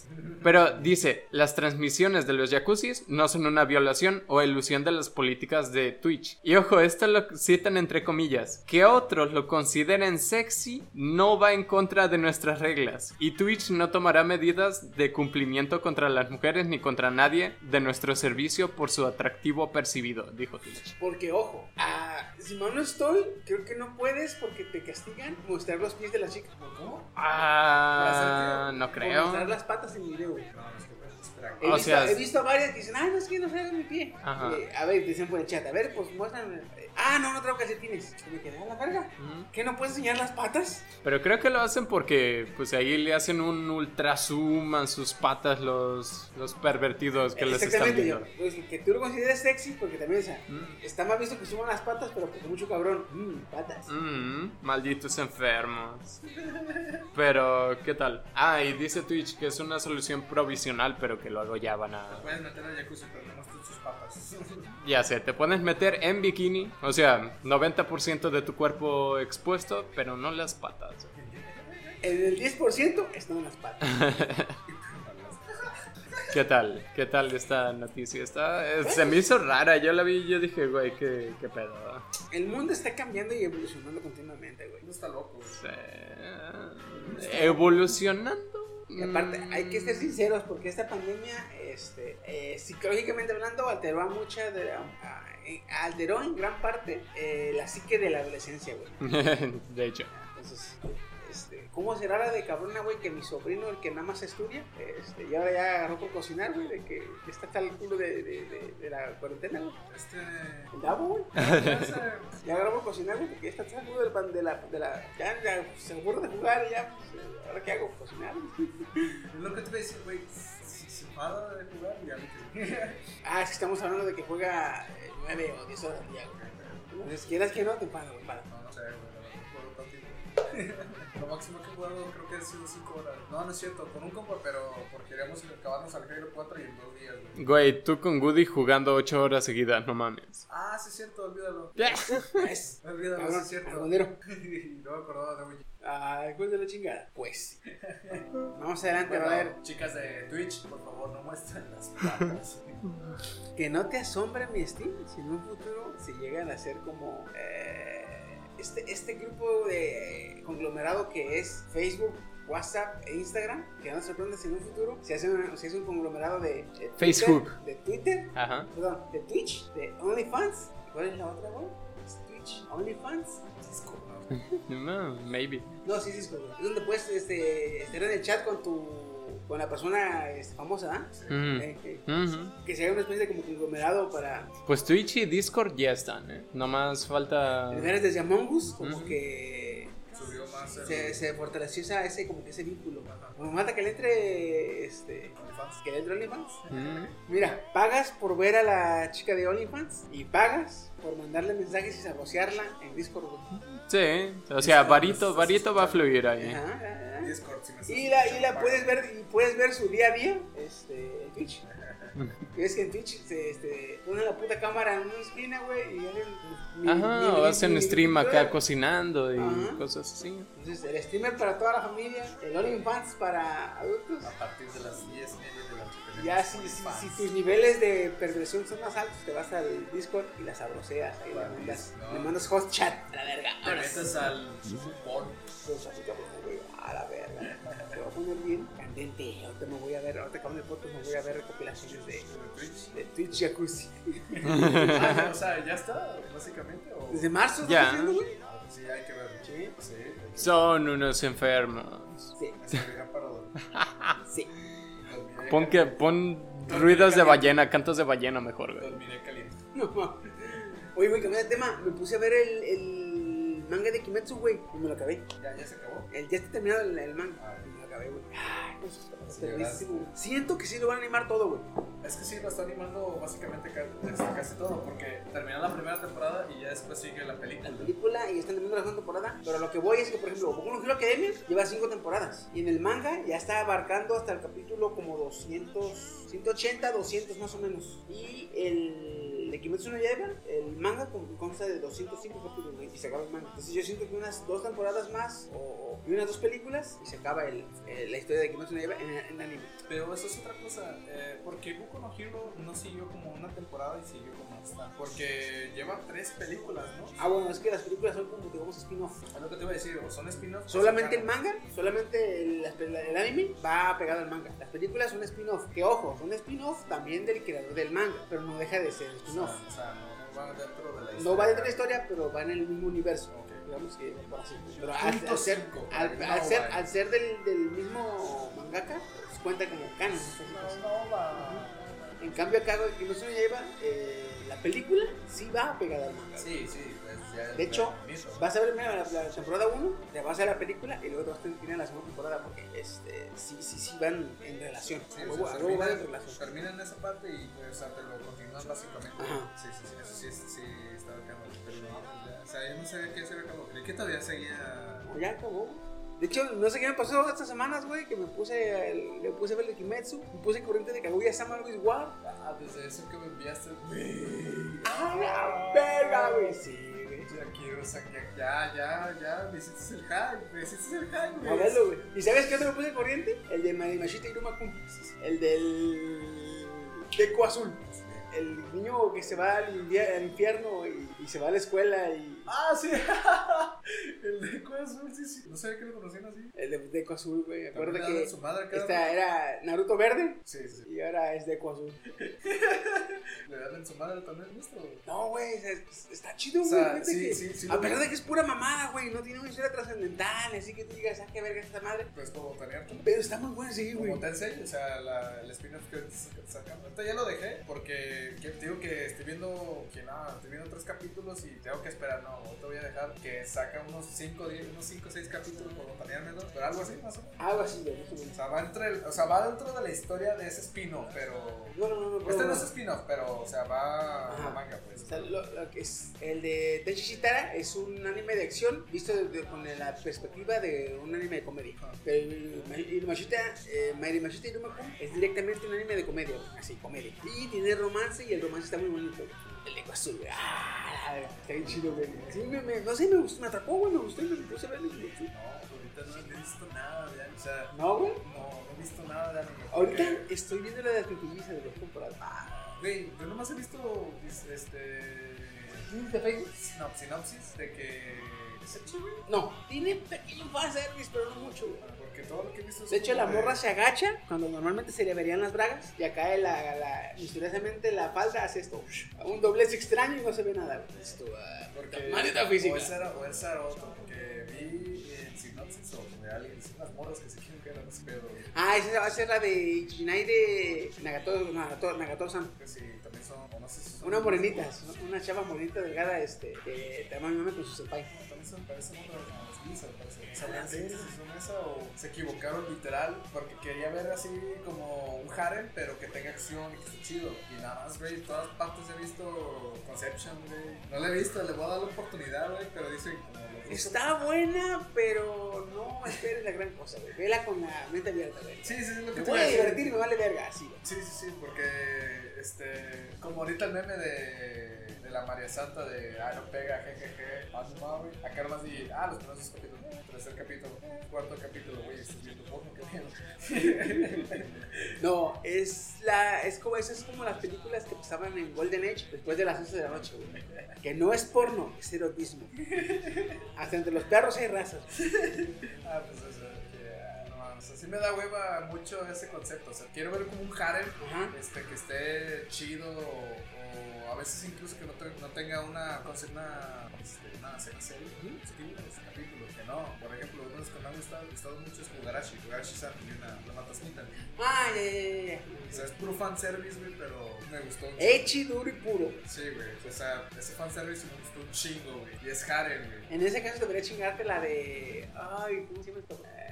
Pero dice, las transmisiones de los jacuzzis no son una violación o ilusión de las políticas de Twitch. Y ojo, esto lo citan entre comillas. Que otros lo consideren sexy no va en contra de nuestras reglas. Y Twitch no tomará medidas de cumplimiento contra las mujeres ni contra nadie de nuestro servicio por su atractivo percibido, dijo Twitch.
Porque, ojo, ah, si mal no estoy, creo que no puedes porque te castigan mostrar los pies de las chicas. ¿Cómo?
Ah, no
Por
creo.
mostrar las patas en video.
pues,
He,
O
visto,
sea,
he visto a varias que dicen, ah, no es que no salga mi pie.
Ajá.
Eh, a ver, dicen por el chat, a ver, pues muéstrame. Ah, no, no traigo calcetines. Me quedé a la verga. ¿Qué no puedes enseñar las patas?
Pero creo que lo hacen porque pues ahí le hacen un ultra zoom a sus patas los, los pervertidos que les están
Exactamente, yo.
viendo.
Pues, que tú lo consideres sexy porque también, o sea, está mal visto que suban las patas, pero pues mucho cabrón. Mm, patas.
Mm, malditos enfermos. Pero, ¿qué tal? Ah, y dice Twitch que es una solución provisional, pero que luego ya van a...
Puedes meter al jacuzzi, pero no muestras sus papas.
Ya sé, te puedes meter en bikini, o sea, 90% de tu cuerpo expuesto, pero no las patas.
En el 10% están las patas.
¿Qué tal? ¿Qué tal esta noticia? Está, eh,
Pues
se me hizo rara, yo la vi y yo dije, güey, qué, qué pedo.
El mundo está cambiando y evolucionando continuamente, güey. No está loco,
Este, Eh, Evolucionando.
Y aparte, hay que ser sinceros porque esta pandemia, este, eh, psicológicamente hablando, alteró a mucha de la- a- eh, alteró en gran parte eh, la psique de la adolescencia, güey.
de hecho.
Entonces, este, ¿cómo será la de cabrona, güey, que mi sobrino, el que nada más estudia, este, y ahora ya agarró por cocinar, güey, de que está hasta el culo de, de- de- de la cuarentena, güey? Este... El Davo, güey. ya agarró por cocinar, güey, porque ya está hasta el culo del pan- de la... De la ya, ya se aburre de jugar y ya, pues, eh, ¿ahora qué hago? Cocinar,
Es lo que te voy a decir, güey. Si se enfada de jugar, ya me
Ah, es que estamos hablando de que juega 9 o 10 horas al día, güey. Entonces, quieras que no, te pago, güey, para.
No, no sé, güey. No juego tanto. Lo máximo que he jugado creo que ha sido 5 horas. No, no es cierto, con un compa, pero porque queríamos acabarnos al Halo 4 y en 2 días, güey.
Güey, tú con Woody jugando 8 horas seguidas, no mames.
Ah, sí es cierto, olvídalo.
Es.
Olvídalo, sí
Cabrón,
es cierto.
algodero.
no me acordaba de Wii.
Ah, después de la chingada. Pues. Vamos adelante,
Bueno,
a ver.
Chicas de Twitch, por favor, no muestren las patas.
Que no te asombra mi Steam si en un futuro se llegan a ser como eh, este, este grupo de conglomerado que es Facebook, WhatsApp e Instagram. Que no te sorprende si en un futuro se hace, una- se hace un conglomerado de, de Twitter,
Facebook.
de Twitter,
Ajá.
perdón, de Twitch, de OnlyFans. ¿Cuál es la otra, güey? ¿Es Twitch, OnlyFans, Discord.
No, maybe.
No, sí, sí, güey. Es donde puedes este, estar en el chat con tu. con la persona este, famosa, ¿ah?
Mm.
Eh, eh,
Ujú.
Que se haga una especie de como conglomerado para.
Pues Twitch y Discord ya están, ¿eh? Nomás falta...
Primero desde Among Us, como que.
Subió más el-
Se, se fortaleció esa, ese, como que ese vínculo. Como mata que le entre. Este, que le entre OnlyFans.
Mm.
Mira, pagas por ver a la chica de OnlyFans y pagas por mandarle mensajes y sabosearla en Discord. güey.
Sí, o sea, varito, varito va a fluir ahí.
Ajá, ajá, ajá.
Discord, si me estás
Y la, y la
escuchando,
puedes ver y puedes ver su día a día este, en Twitch. Y es que en Twitch se, este, ponen la puta cámara en una esquina, güey, y hacen. mi- mi-
Ajá, o
mi-
hacen
mi-
stream
mi-
acá cocinando y
Ajá.
cosas así.
Entonces, el streamer para toda la familia, el OnlyFans para adultos.
A partir de las 10 media de la noche.
Ya, si, si, si tus niveles de perversión son más altos, te vas al Discord y las sabroseas. Y le mandas,
no.
le mandas host chat a la verga.
Te
Ahora sí.
metes al fútbol.
Pues así que, pues, güey, a la verga. Te va a poner bien candente. Ahorita me voy a ver, ahorita acabo de fotos, me voy a ver recopilaciones de, de Twitch Jacuzzi.
Ah, o sea, ya está, básicamente. ¿o?
Desde marzo,
Ya.
¿estás diciendo, güey?
Ah, Sí, hay que verlo. Sí, hay
Son unos enfermos.
Sí,
que sacrificar para dormir.
sí.
Dormiré
Pon
caliente,
que, pon ruidos de ballena, cantos de ballena mejor, güey.
Dormiré caliente.
No, ma. Oye, güey, cambié de tema. Me puse a ver el, el manga de Kimetsu, güey. Y me lo acabé.
Ya, ya se acabó.
El, ya está terminado el, el manga.
Ah,
Y me lo acabé, güey. Ay, no, eso está
Sí,
perdidísimo, güey. Siento que sí lo van a animar todo, güey.
Es que sí, lo está animando básicamente ca- este, casi, todo, porque terminó la primera temporada y ya después sigue la película.
La película y están terminando la segunda temporada. Pero lo que voy es que, por ejemplo, Boku no Hero Academia lleva cinco temporadas. Y en el manga ya está abarcando hasta el capítulo como 200, 180, 200 más o menos. Y el de Kimetsu no Yaiba, el manga con- consta de 205 capítulos güey, y se acaba el manga. Entonces yo siento que unas dos temporadas más o, o- y unas dos películas y se acaba el, el- la historia de Kimetsu no Yaiba en, en anime.
Pero eso es otra cosa, eh, porque Boku no Hero no siguió como una temporada y siguió como esta. Porque lleva tres películas, ¿no?
Ah, bueno, es que las películas son como, digamos, spin-off.
Es lo que te iba a decir, o son spin-offs. o
Solamente el
son
manga, solamente el, el anime va pegado al manga. Las películas son spin-off, que ojo, son spin-off también del creador del manga, pero no deja de ser
canon.
spin-off.
O sea, o sea, no, no van dentro de la historia.
No va dentro de la historia, pero va en el mismo universo. Digamos que por así. Pero al,
Punto
al ser,
cinco.
al,
No,
al ser,
vale.
al ser del, del mismo mangaka, pues, cuenta como canon.
No, no va.
En cambio acá, güey, que no se lleva, eh, la película sí va pegada al manga.
Sí, sí. pues, ya
De hecho,
permiso.
vas a ver primero la, la temporada 1, te vas a la película y luego te vas a terminar la segunda temporada porque este, sí, sí, sí van en relación.
Sí,
A
o
huevo-
sea,
a huevo van en
terminan-
relación.
terminan esa parte y pues, o sea, te lo continúan básicamente.
Ajá.
Sí, sí, sí, eso sí, sí, sí estaba acabado. Pero no, ya, o sea, yo no sabía que se había acabado. Creí que todavía seguía.
Ya acabó. De hecho, no sé qué me pasó estas semanas, güey, que me puse, el- le puse a ver el Kimetsu, me puse corriente de Kaguya Sama Luis War.
Ah, desde eso que me enviaste.
¡A ¡Ah, la verga, güey! Sí, güey.
Ya quiero sacar. Ya, ya, ya. Me hiciste el hack. Me hiciste el hack,
A verlo, güey. ¿Y sabes qué otro me puse corriente? El de Marimashita Iruma Kun. El del. Teco Azul. El niño que se va al, invia- al infierno y, y se va a la escuela y.
Ah, sí. el de Cueva Azul, sí, sí. No sabía que lo conocían así.
El de Deco Azul, güey. Me acuerdo
También le
que
dan a su madre cada
esta era Naruto Verde
Sí, sí.
y ahora es Deco Azul.
Le dan en su madre también, ¿listo?
No, güey, o sea, es- está chido,
O
güey.
sea,
fíjate
sí,
que-
sí, sí
a
lo
pesar
veo.
de que es pura mamada, güey, no tiene una historia trascendental, así que tú digas, ah, qué verga es esta madre.
Pues como tener tu
Pero está muy buena, sí, güey.
Como Tensei, o sea, la, el spin-off que sacamos. Ahorita ya lo dejé porque que- te digo que estoy viendo que nada, estoy viendo tres capítulos y tengo que esperar. No, te voy a dejar que saca unos 5, 10, unos 5, 6 capítulos por botaneármelo, pero algo así más o menos.
Algo así, güey. más o
O
menos.
sea, va, entre el- o sea, va dentro de la historia de ese spin-off, pero.
No, no, no, no.
Este
pero-
no es spin-off, pero, o sea, va
Ajá.
a manga, pues.
O sea, lo- lo que es- el de Tenchi Shitara es un anime de acción visto desde- con la perspectiva de un anime de comedia. Pero el Ma- el Mashita, eh, Mairi Mashita Iruma Kun es directamente un anime de comedia, güey, así, comedia. Y tiene romance y el romance está muy bonito. güey. El lengua azul, güey, ah, la verga, está bien chido, güey. Sí, me- me- no sé, me, gustó, me atrapó, güey, me gustó y me puse a verlo. y me-
No, ahorita no he visto nada de anime, o sea,
No, güey.
no, no he visto nada de anime.
Ahorita
porque-
estoy viendo la de Fifiliza de dos temporadas. Ah,
Güey, yo nomás he visto es- este.
¿Tienes de Facebook?
sinop- sinopsis de que. ¿Es hecho, güey?
No, tiene pequeño fanservice, pero no mucho, güey.
Porque todo lo que he visto es.
De hecho,
como
la morra se agacha cuando normalmente se le verían las bragas y acá la, la, misteriosamente la falda hace esto. Un doblez extraño y no se ve nada. güey. Esto, ah,
Porque.
manita física.
O esa era, o esa era otra, porque vi en sinopsis o de alguien, son las morras que se quieren quedar en ese pedo, güey.
Ah, esa va a ser la de Ichinai de Nagato, Nagato, Nagato-san.
Que sí, también son. O no sé si son.
Una morenita, una chava morenita delgada, este, que te ama mi mamá con su senpai.
También son, parece una de las lisas, parece. O sea,
Ah,
no sé si son esa o se equivocaron literal, porque quería ver así como un harem, pero que tenga acción y que esté chido. Y nada más, güey, en todas partes he visto Conception, güey. No la he visto, le voy a dar la oportunidad, güey, pero dicen como los rusos-
Está buena, pero no esperes la gran cosa, güey. Vela con la mente abierta, güey.
Sí, sí, es lo que
Me
te
voy
iba
a
a decir.
divertir, me vale verga, así, güey.
Sí, sí, sí, porque este, como ahorita el meme de, de la María Santa de ah, no pega, jejeje, más güey. Acá nomás di, ah, los primeros dos capítulos, tercer capítulo, cuarto capítulo, güey, estás viendo porno, qué miedo.
No, es la es como esas como las películas que pasaban en Golden Age después de las 11 de la noche, güey. Que no es porno, es erotismo. Hasta entre los perros hay razas.
Ah, pues eso, que, ah, no mames, así me da hueva mucho ese concepto. O sea, quiero ver como un harem
Ajá.
este, que esté chido o, o a veces incluso que no, te- no tenga una cosa, una, este, una escena seria, estilo, este, capítulo, que no. Por ejemplo, uno de los que me han gustado, gustado mucho es Kugarashi, Kugarashi-san y una, la fantasmita.
Ah, ya, ya, ya,
O sea, es puro fanservice, güey, pero me gustó. un
ya. Echi, duro y puro.
chingo. Sí, güey, o sea, ese fanservice me gustó un chingo, güey, y es harem, güey.
En ese caso debería chingarte la de. Ay, ¿cómo se llama esto? Eh,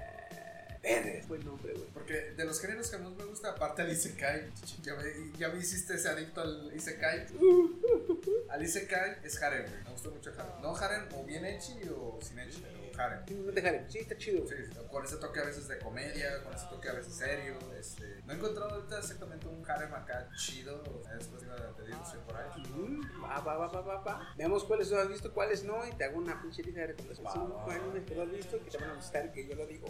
Verdes. Buen nombre, güey.
Porque de los géneros que más me gusta, aparte del Isekai, ya me, ya me hiciste ese adicto al Isekai. Al Isekai es Harem, güey. Me gusta mucho el Harem. No Harem o bien Echi o sin Echi, pero Harem.
No te jalen. Sí, está chido.
Sí, sí, con ese toque a veces de comedia, con ese toque a veces serio. Este, no he encontrado ahorita exactamente un harem acá chido. Después iba a pedir si por ahí.
Mm, Va, va, va, va, va, va. Veamos cuáles tú has visto, cuáles no, y te hago una pinche lista de recomendaciones.
Va, va,
Cinco
va.
animes que tú has visto y que te van a gustar y que yo lo digo.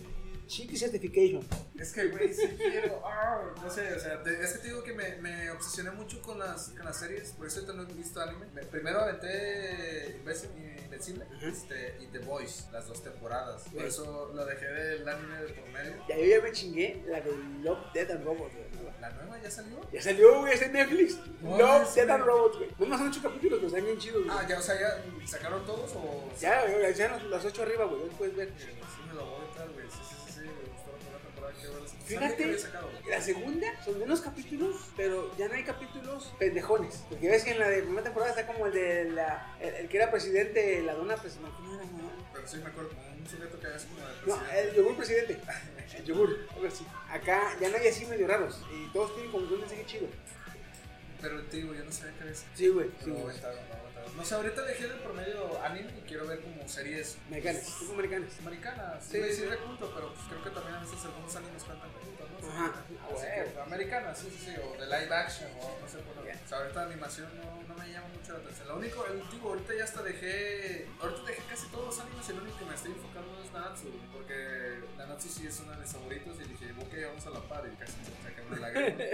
Chiqui Certification.
Es que, güey, sí quiero. ah, no sé, o sea, te- es que te digo que me, me obsesioné mucho con las, con las series. Por eso ahorita no he visto anime. Me- primero aventé Invencible, Invencible, este, y The Voice, las dos temporadas. Por
Güey.
eso lo dejé del anime de por medio.
Ya yo ya me chingué la de Love, Dead and Robots, güey.
¿La nueva ya salió?
Ya salió, güey, está en Netflix.
No,
Love,
es
Dead and
una-
Robots, güey. No más son ocho capítulos, pero están bien chidos, güey.
Ah, ya, o sea, ya sacaron todos o. Eh,
Ya, güey, ya los- las ocho arriba, güey. ya Puedes ver.
Sí, me lo voy a echar, güey. Sí, sí, sí, sí, me gustó la primera temporada. Qué bueno. Sabía que
Fíjate,
había sacado.
la segunda son menos capítulos, pero ya no hay capítulos pendejones. Porque ves que en la de primera temporada está como el de la, el, el que era presidente, la dona, pues no, no era, no.
Pero sí me acuerdo como un sujeto que había sido como de
No,
presidente.
el yogur presidente. El yogur, algo así. Acá ya no hay así medio raros. Y todos tienen como que un mensaje chido.
Pero te digo, yo no sabía que había sido.
Sí, güey.
Pero
Sí,
lo
güey.
voy a echar, lo voy a echar. No sé, ahorita dejé de promedio anime y quiero ver como series
Americanas, tipo americanas.
americanas.
Sí,
Sí, sí,
sí.
de culto, pero pues creo que también a veces algunos animes cuentan de culto, ¿no?
Ajá. Ah,
Así que, Americanas, sí, sí, sí, o de live action, o no sé por qué. O sea, ahorita animación no, no me llama mucho la atención. Lo único, el último, ahorita ya hasta dejé. Ahorita dejé casi todos los animes, el único que me estoy enfocando es Nanatsu, porque Nanatsu sí es uno de mis favoritos y dije, ok, vamos a la par y casi se me saca una lágrima.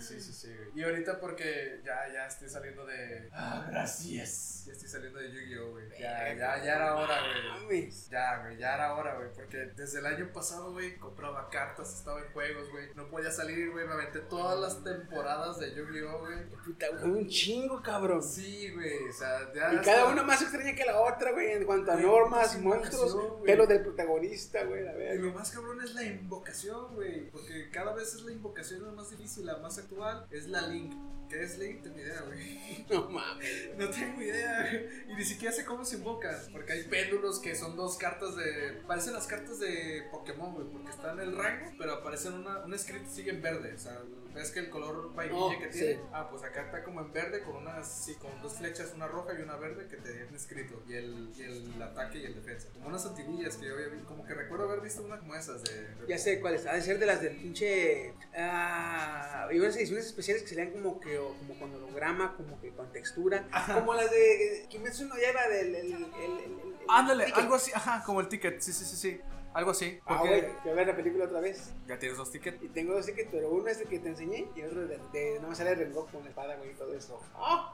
Sí, sí, sí. güey. Y ahorita porque ya, ya estoy saliendo de. Ah, gracias. Ya estoy saliendo de Yu-Gi-Oh, güey. Ya, ya, ya era hora, güey.
Mames.
Ya, güey, ya era hora, güey. Porque desde el año pasado, güey, compraba cartas, estaba en juegos, güey. No podía salir, güey. Me aventé todas las temporadas de Yu-Gi-Oh, güey.
Puta, güey, un chingo, cabrón.
Sí, güey. O sea, ya.
Y cada
hasta-
una más extraña que la otra, Ah, güey, en cuanto a
Güey,
normas,
sí,
monstruos,
ocasión, güey.
pelo del protagonista, güey, la
Y
verga.
lo más cabrón es la invocación, güey. Porque cada vez es la invocación la más difícil, la más actual. Es la Link. ¿Qué es Link? Tengo idea, güey.
No mames.
No tengo idea, güey. Y ni siquiera sé cómo se invocan. Porque hay péndulos que son dos cartas de. Parecen las cartas de Pokémon, güey. Porque están en el rango, pero aparecen una, un script sigue en verde. O sea, ves que el color vainilla
Oh,
que
sí.
tiene. Ah, pues acá está como en verde con unas. Sí, con dos flechas, una roja y una verde que te dieron escrito. Y el, y el ataque y el defensa. Como unas antiguillas que yo había visto. Como que recuerdo haber visto una como esas de. de-
Ya sé cuáles, ha de ser de las del pinche. Ah, y unas ediciones especiales que serían como que o- como con holograma, como que con textura, como las de Kimetsu no lleva del. El, el, el- el-
Ándale,
ticket.
algo así. Ajá, como el ticket. Sí, sí, sí, sí. Algo así.
Ah,
Porque
güey, voy a ver la película otra vez.
ya tienes dos tickets.
Y tengo dos tickets, pero uno es el que te enseñé y otro de. de no me sale Rengoku con la espada, güey, y todo eso. ¡Ah!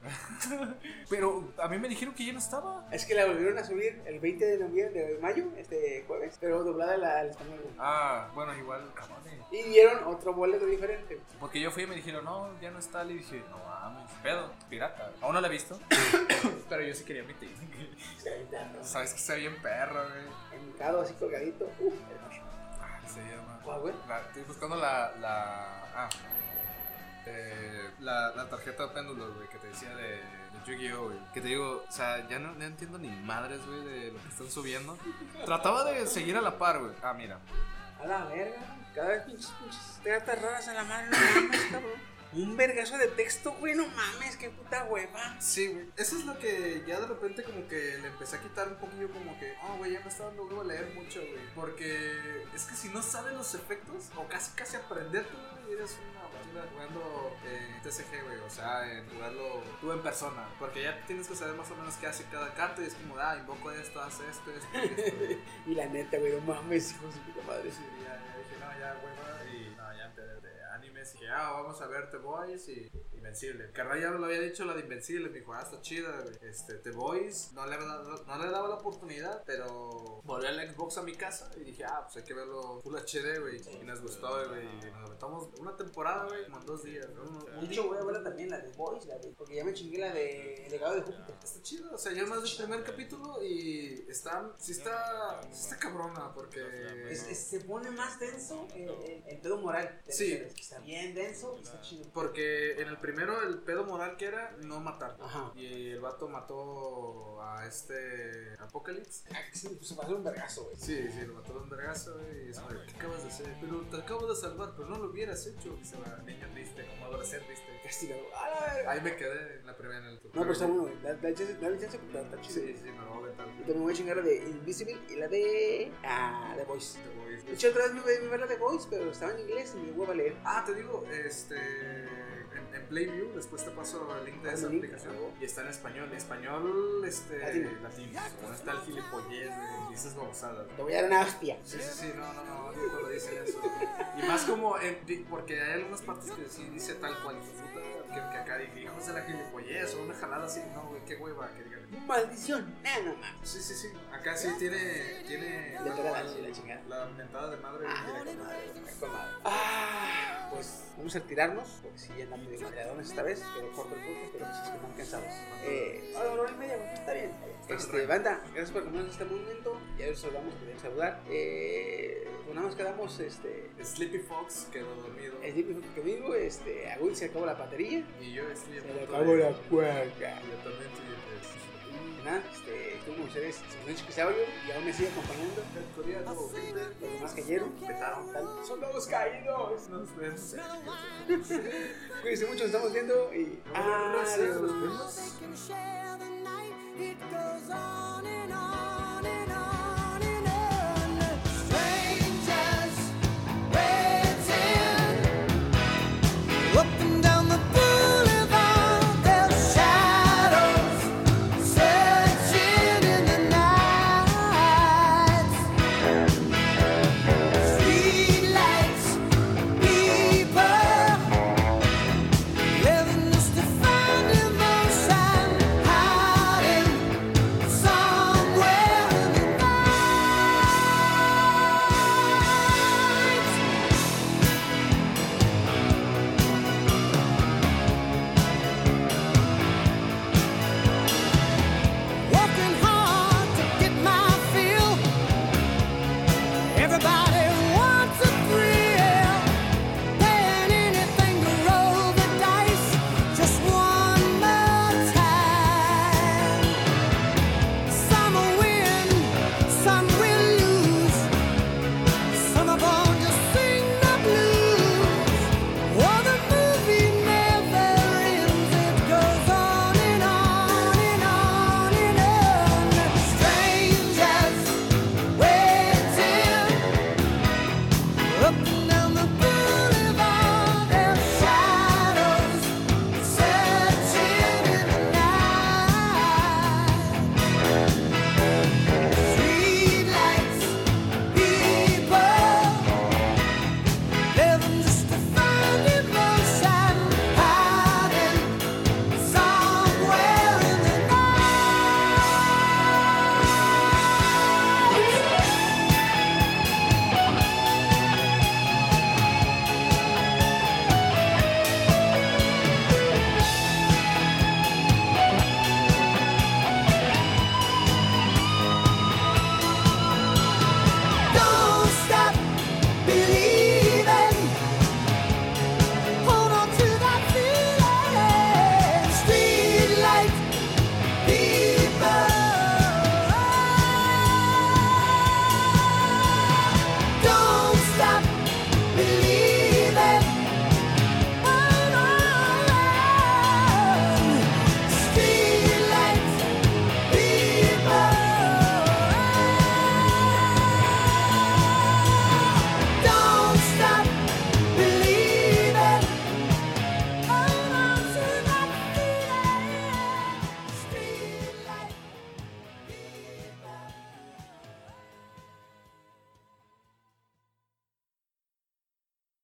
Pero a mí me dijeron que ya no estaba.
Es que la volvieron a subir el 20 de noviembre, de mayo, este jueves, pero doblada la- al español, güey.
Ah, bueno, igual, cabrones.
Y dieron otro boleto diferente.
Porque yo fui y me dijeron, no, ya no está. Le dije, no mames, pedo, pirata. Aún no la he visto. Pero yo sí quería mi tip. Sabes que está bien perro, güey.
En mercado así colgadito. Uf, eh, hermoso.
Ah, se llama.
¿Cuál, güey?
La- estoy buscando la. la ah. Eh, la, la tarjeta péndulo, güey, que te decía de, de Yu-Gi-Oh, güey. Que te digo, o sea, ya no, no entiendo ni madres, güey, de lo que están subiendo. Trataba de seguir a la par, güey. Ah, mira.
A la verga, cada vez pinches, pinches cartas raras a la mano, no mames, cabrón. Un vergazo de texto, güey, no mames, qué puta hueva.
Sí, güey. Eso es lo que ya de repente como que le empecé a quitar un poquillo como que, oh, güey, ya me está dando huevo leer mucho, güey. Porque es que si no sabes los efectos, o casi casi aprenderte, güey, eres una basura jugando eh, TCG, güey. O sea, en jugarlo tú en persona. Porque ya tienes que saber más o menos qué hace cada carta y es como, ah, invoco esto, hace esto, esto, esto. güey.
Y la neta, güey, no mames, hijo de su puta madre.
Sí, ya, ya dije, no, ya, hueva. Y no, ya empecé de animes. Y que, ah, vamos a ver The Boys y Invencible. Carnal ya me lo había dicho la de Invencible. Me dijo, ah, está chida, güey. Este, The Boys, no le, daba- no le daba la oportunidad, pero volví al Xbox a mi casa y dije, ah, pues hay que verlo full HD, güey. Y nos gustó, güey. Y nos aventamos una temporada, güey, como en dos días, ¿no? Un- un
De hecho, voy a verla también, la de Boys, la de. Porque ya me chingué la de Legado de Júpiter.
Está chido, o sea, yo más del primer capítulo y está, sí está, sí está cabrona porque...
Es- es- se pone más denso eh, el, el- el pedo moral.
Sí.
Está bien bien denso y está chido.
Porque en el primero el pedo moral que era no matar.
Ajá.
Y el vato mató a este Apocalypse.
Ah, que sí, pues se va a hacer un vergazo, güey.
Sí, sí, lo mató de un vergazo, güey. Y es como, ¿qué acabas de hacer? Pero te acabo de salvar, pero no lo hubieras hecho. Y se va, niño triste, como adolescente triste.
Castigado. Este, ¡A la verga!
Ahí me quedé en la primera. En el
No, pero está bueno, güey. Da- Dale chance, dale chance porque está chido.
Sí, sí, me lo voy a aventar.
Yo también voy a chingar la de Invisible y la de. Ah, The Voice.
Te voy a
De hecho, otra vez me voy a ver la de Voice, pero estaba en inglés y me voy a valer.
Ah, te digo, este. En, en Playview, después te paso el link de esa
el link,
aplicación.
ah, bueno.
Y está en español. Español, este.
Latino.
Latino. No está el gilipollez, güey, y esas babosadas.
Te voy a dar una hostia.
Sí, sí, sí, no, no, no, odio cuando dicen eso. Y más como, en- di- porque hay algunas partes que sí dice tal cual, hijo de puta, que, que acá dije, hijos de la gilipollez, o una jalada así, no, güey, qué hueva, que digan.
Maldición, nada más.
Sí, sí, sí, acá sí tiene, tiene
Le
tal
pega la-
cual
la chingada.
la mentada de madre. directa.
Ah, pues vamos a retirarnos, porque sí, ya andamos de madreadones esta vez, pero corto el punto, pero pues es que están cansados. Eh, ahora una hora y media, güey, está bien. está bien. Este, banda, gracias por acompañarnos hasta este momento, ya los saludamos, queríamos saludar. Eh, pues nada más quedamos, este,
Sleepy Fox quedó dormido.
el típico que digo, este, a Will se acabó la batería,
Y yo estoy a
se le
punto
acabó
de-
la cuerda.
Yo también estoy de-
Nada, este, estuvo con ustedes, Silencio Crisaurio, y aún me sigue acompañando,
El coreano, güey,
los demás cayeron, petaron, tal, son todos caídos.
nos vemos.
Cuídense mucho, nos estamos viendo y... Ah,
Adiós.
Share the night, it goes on and on and on.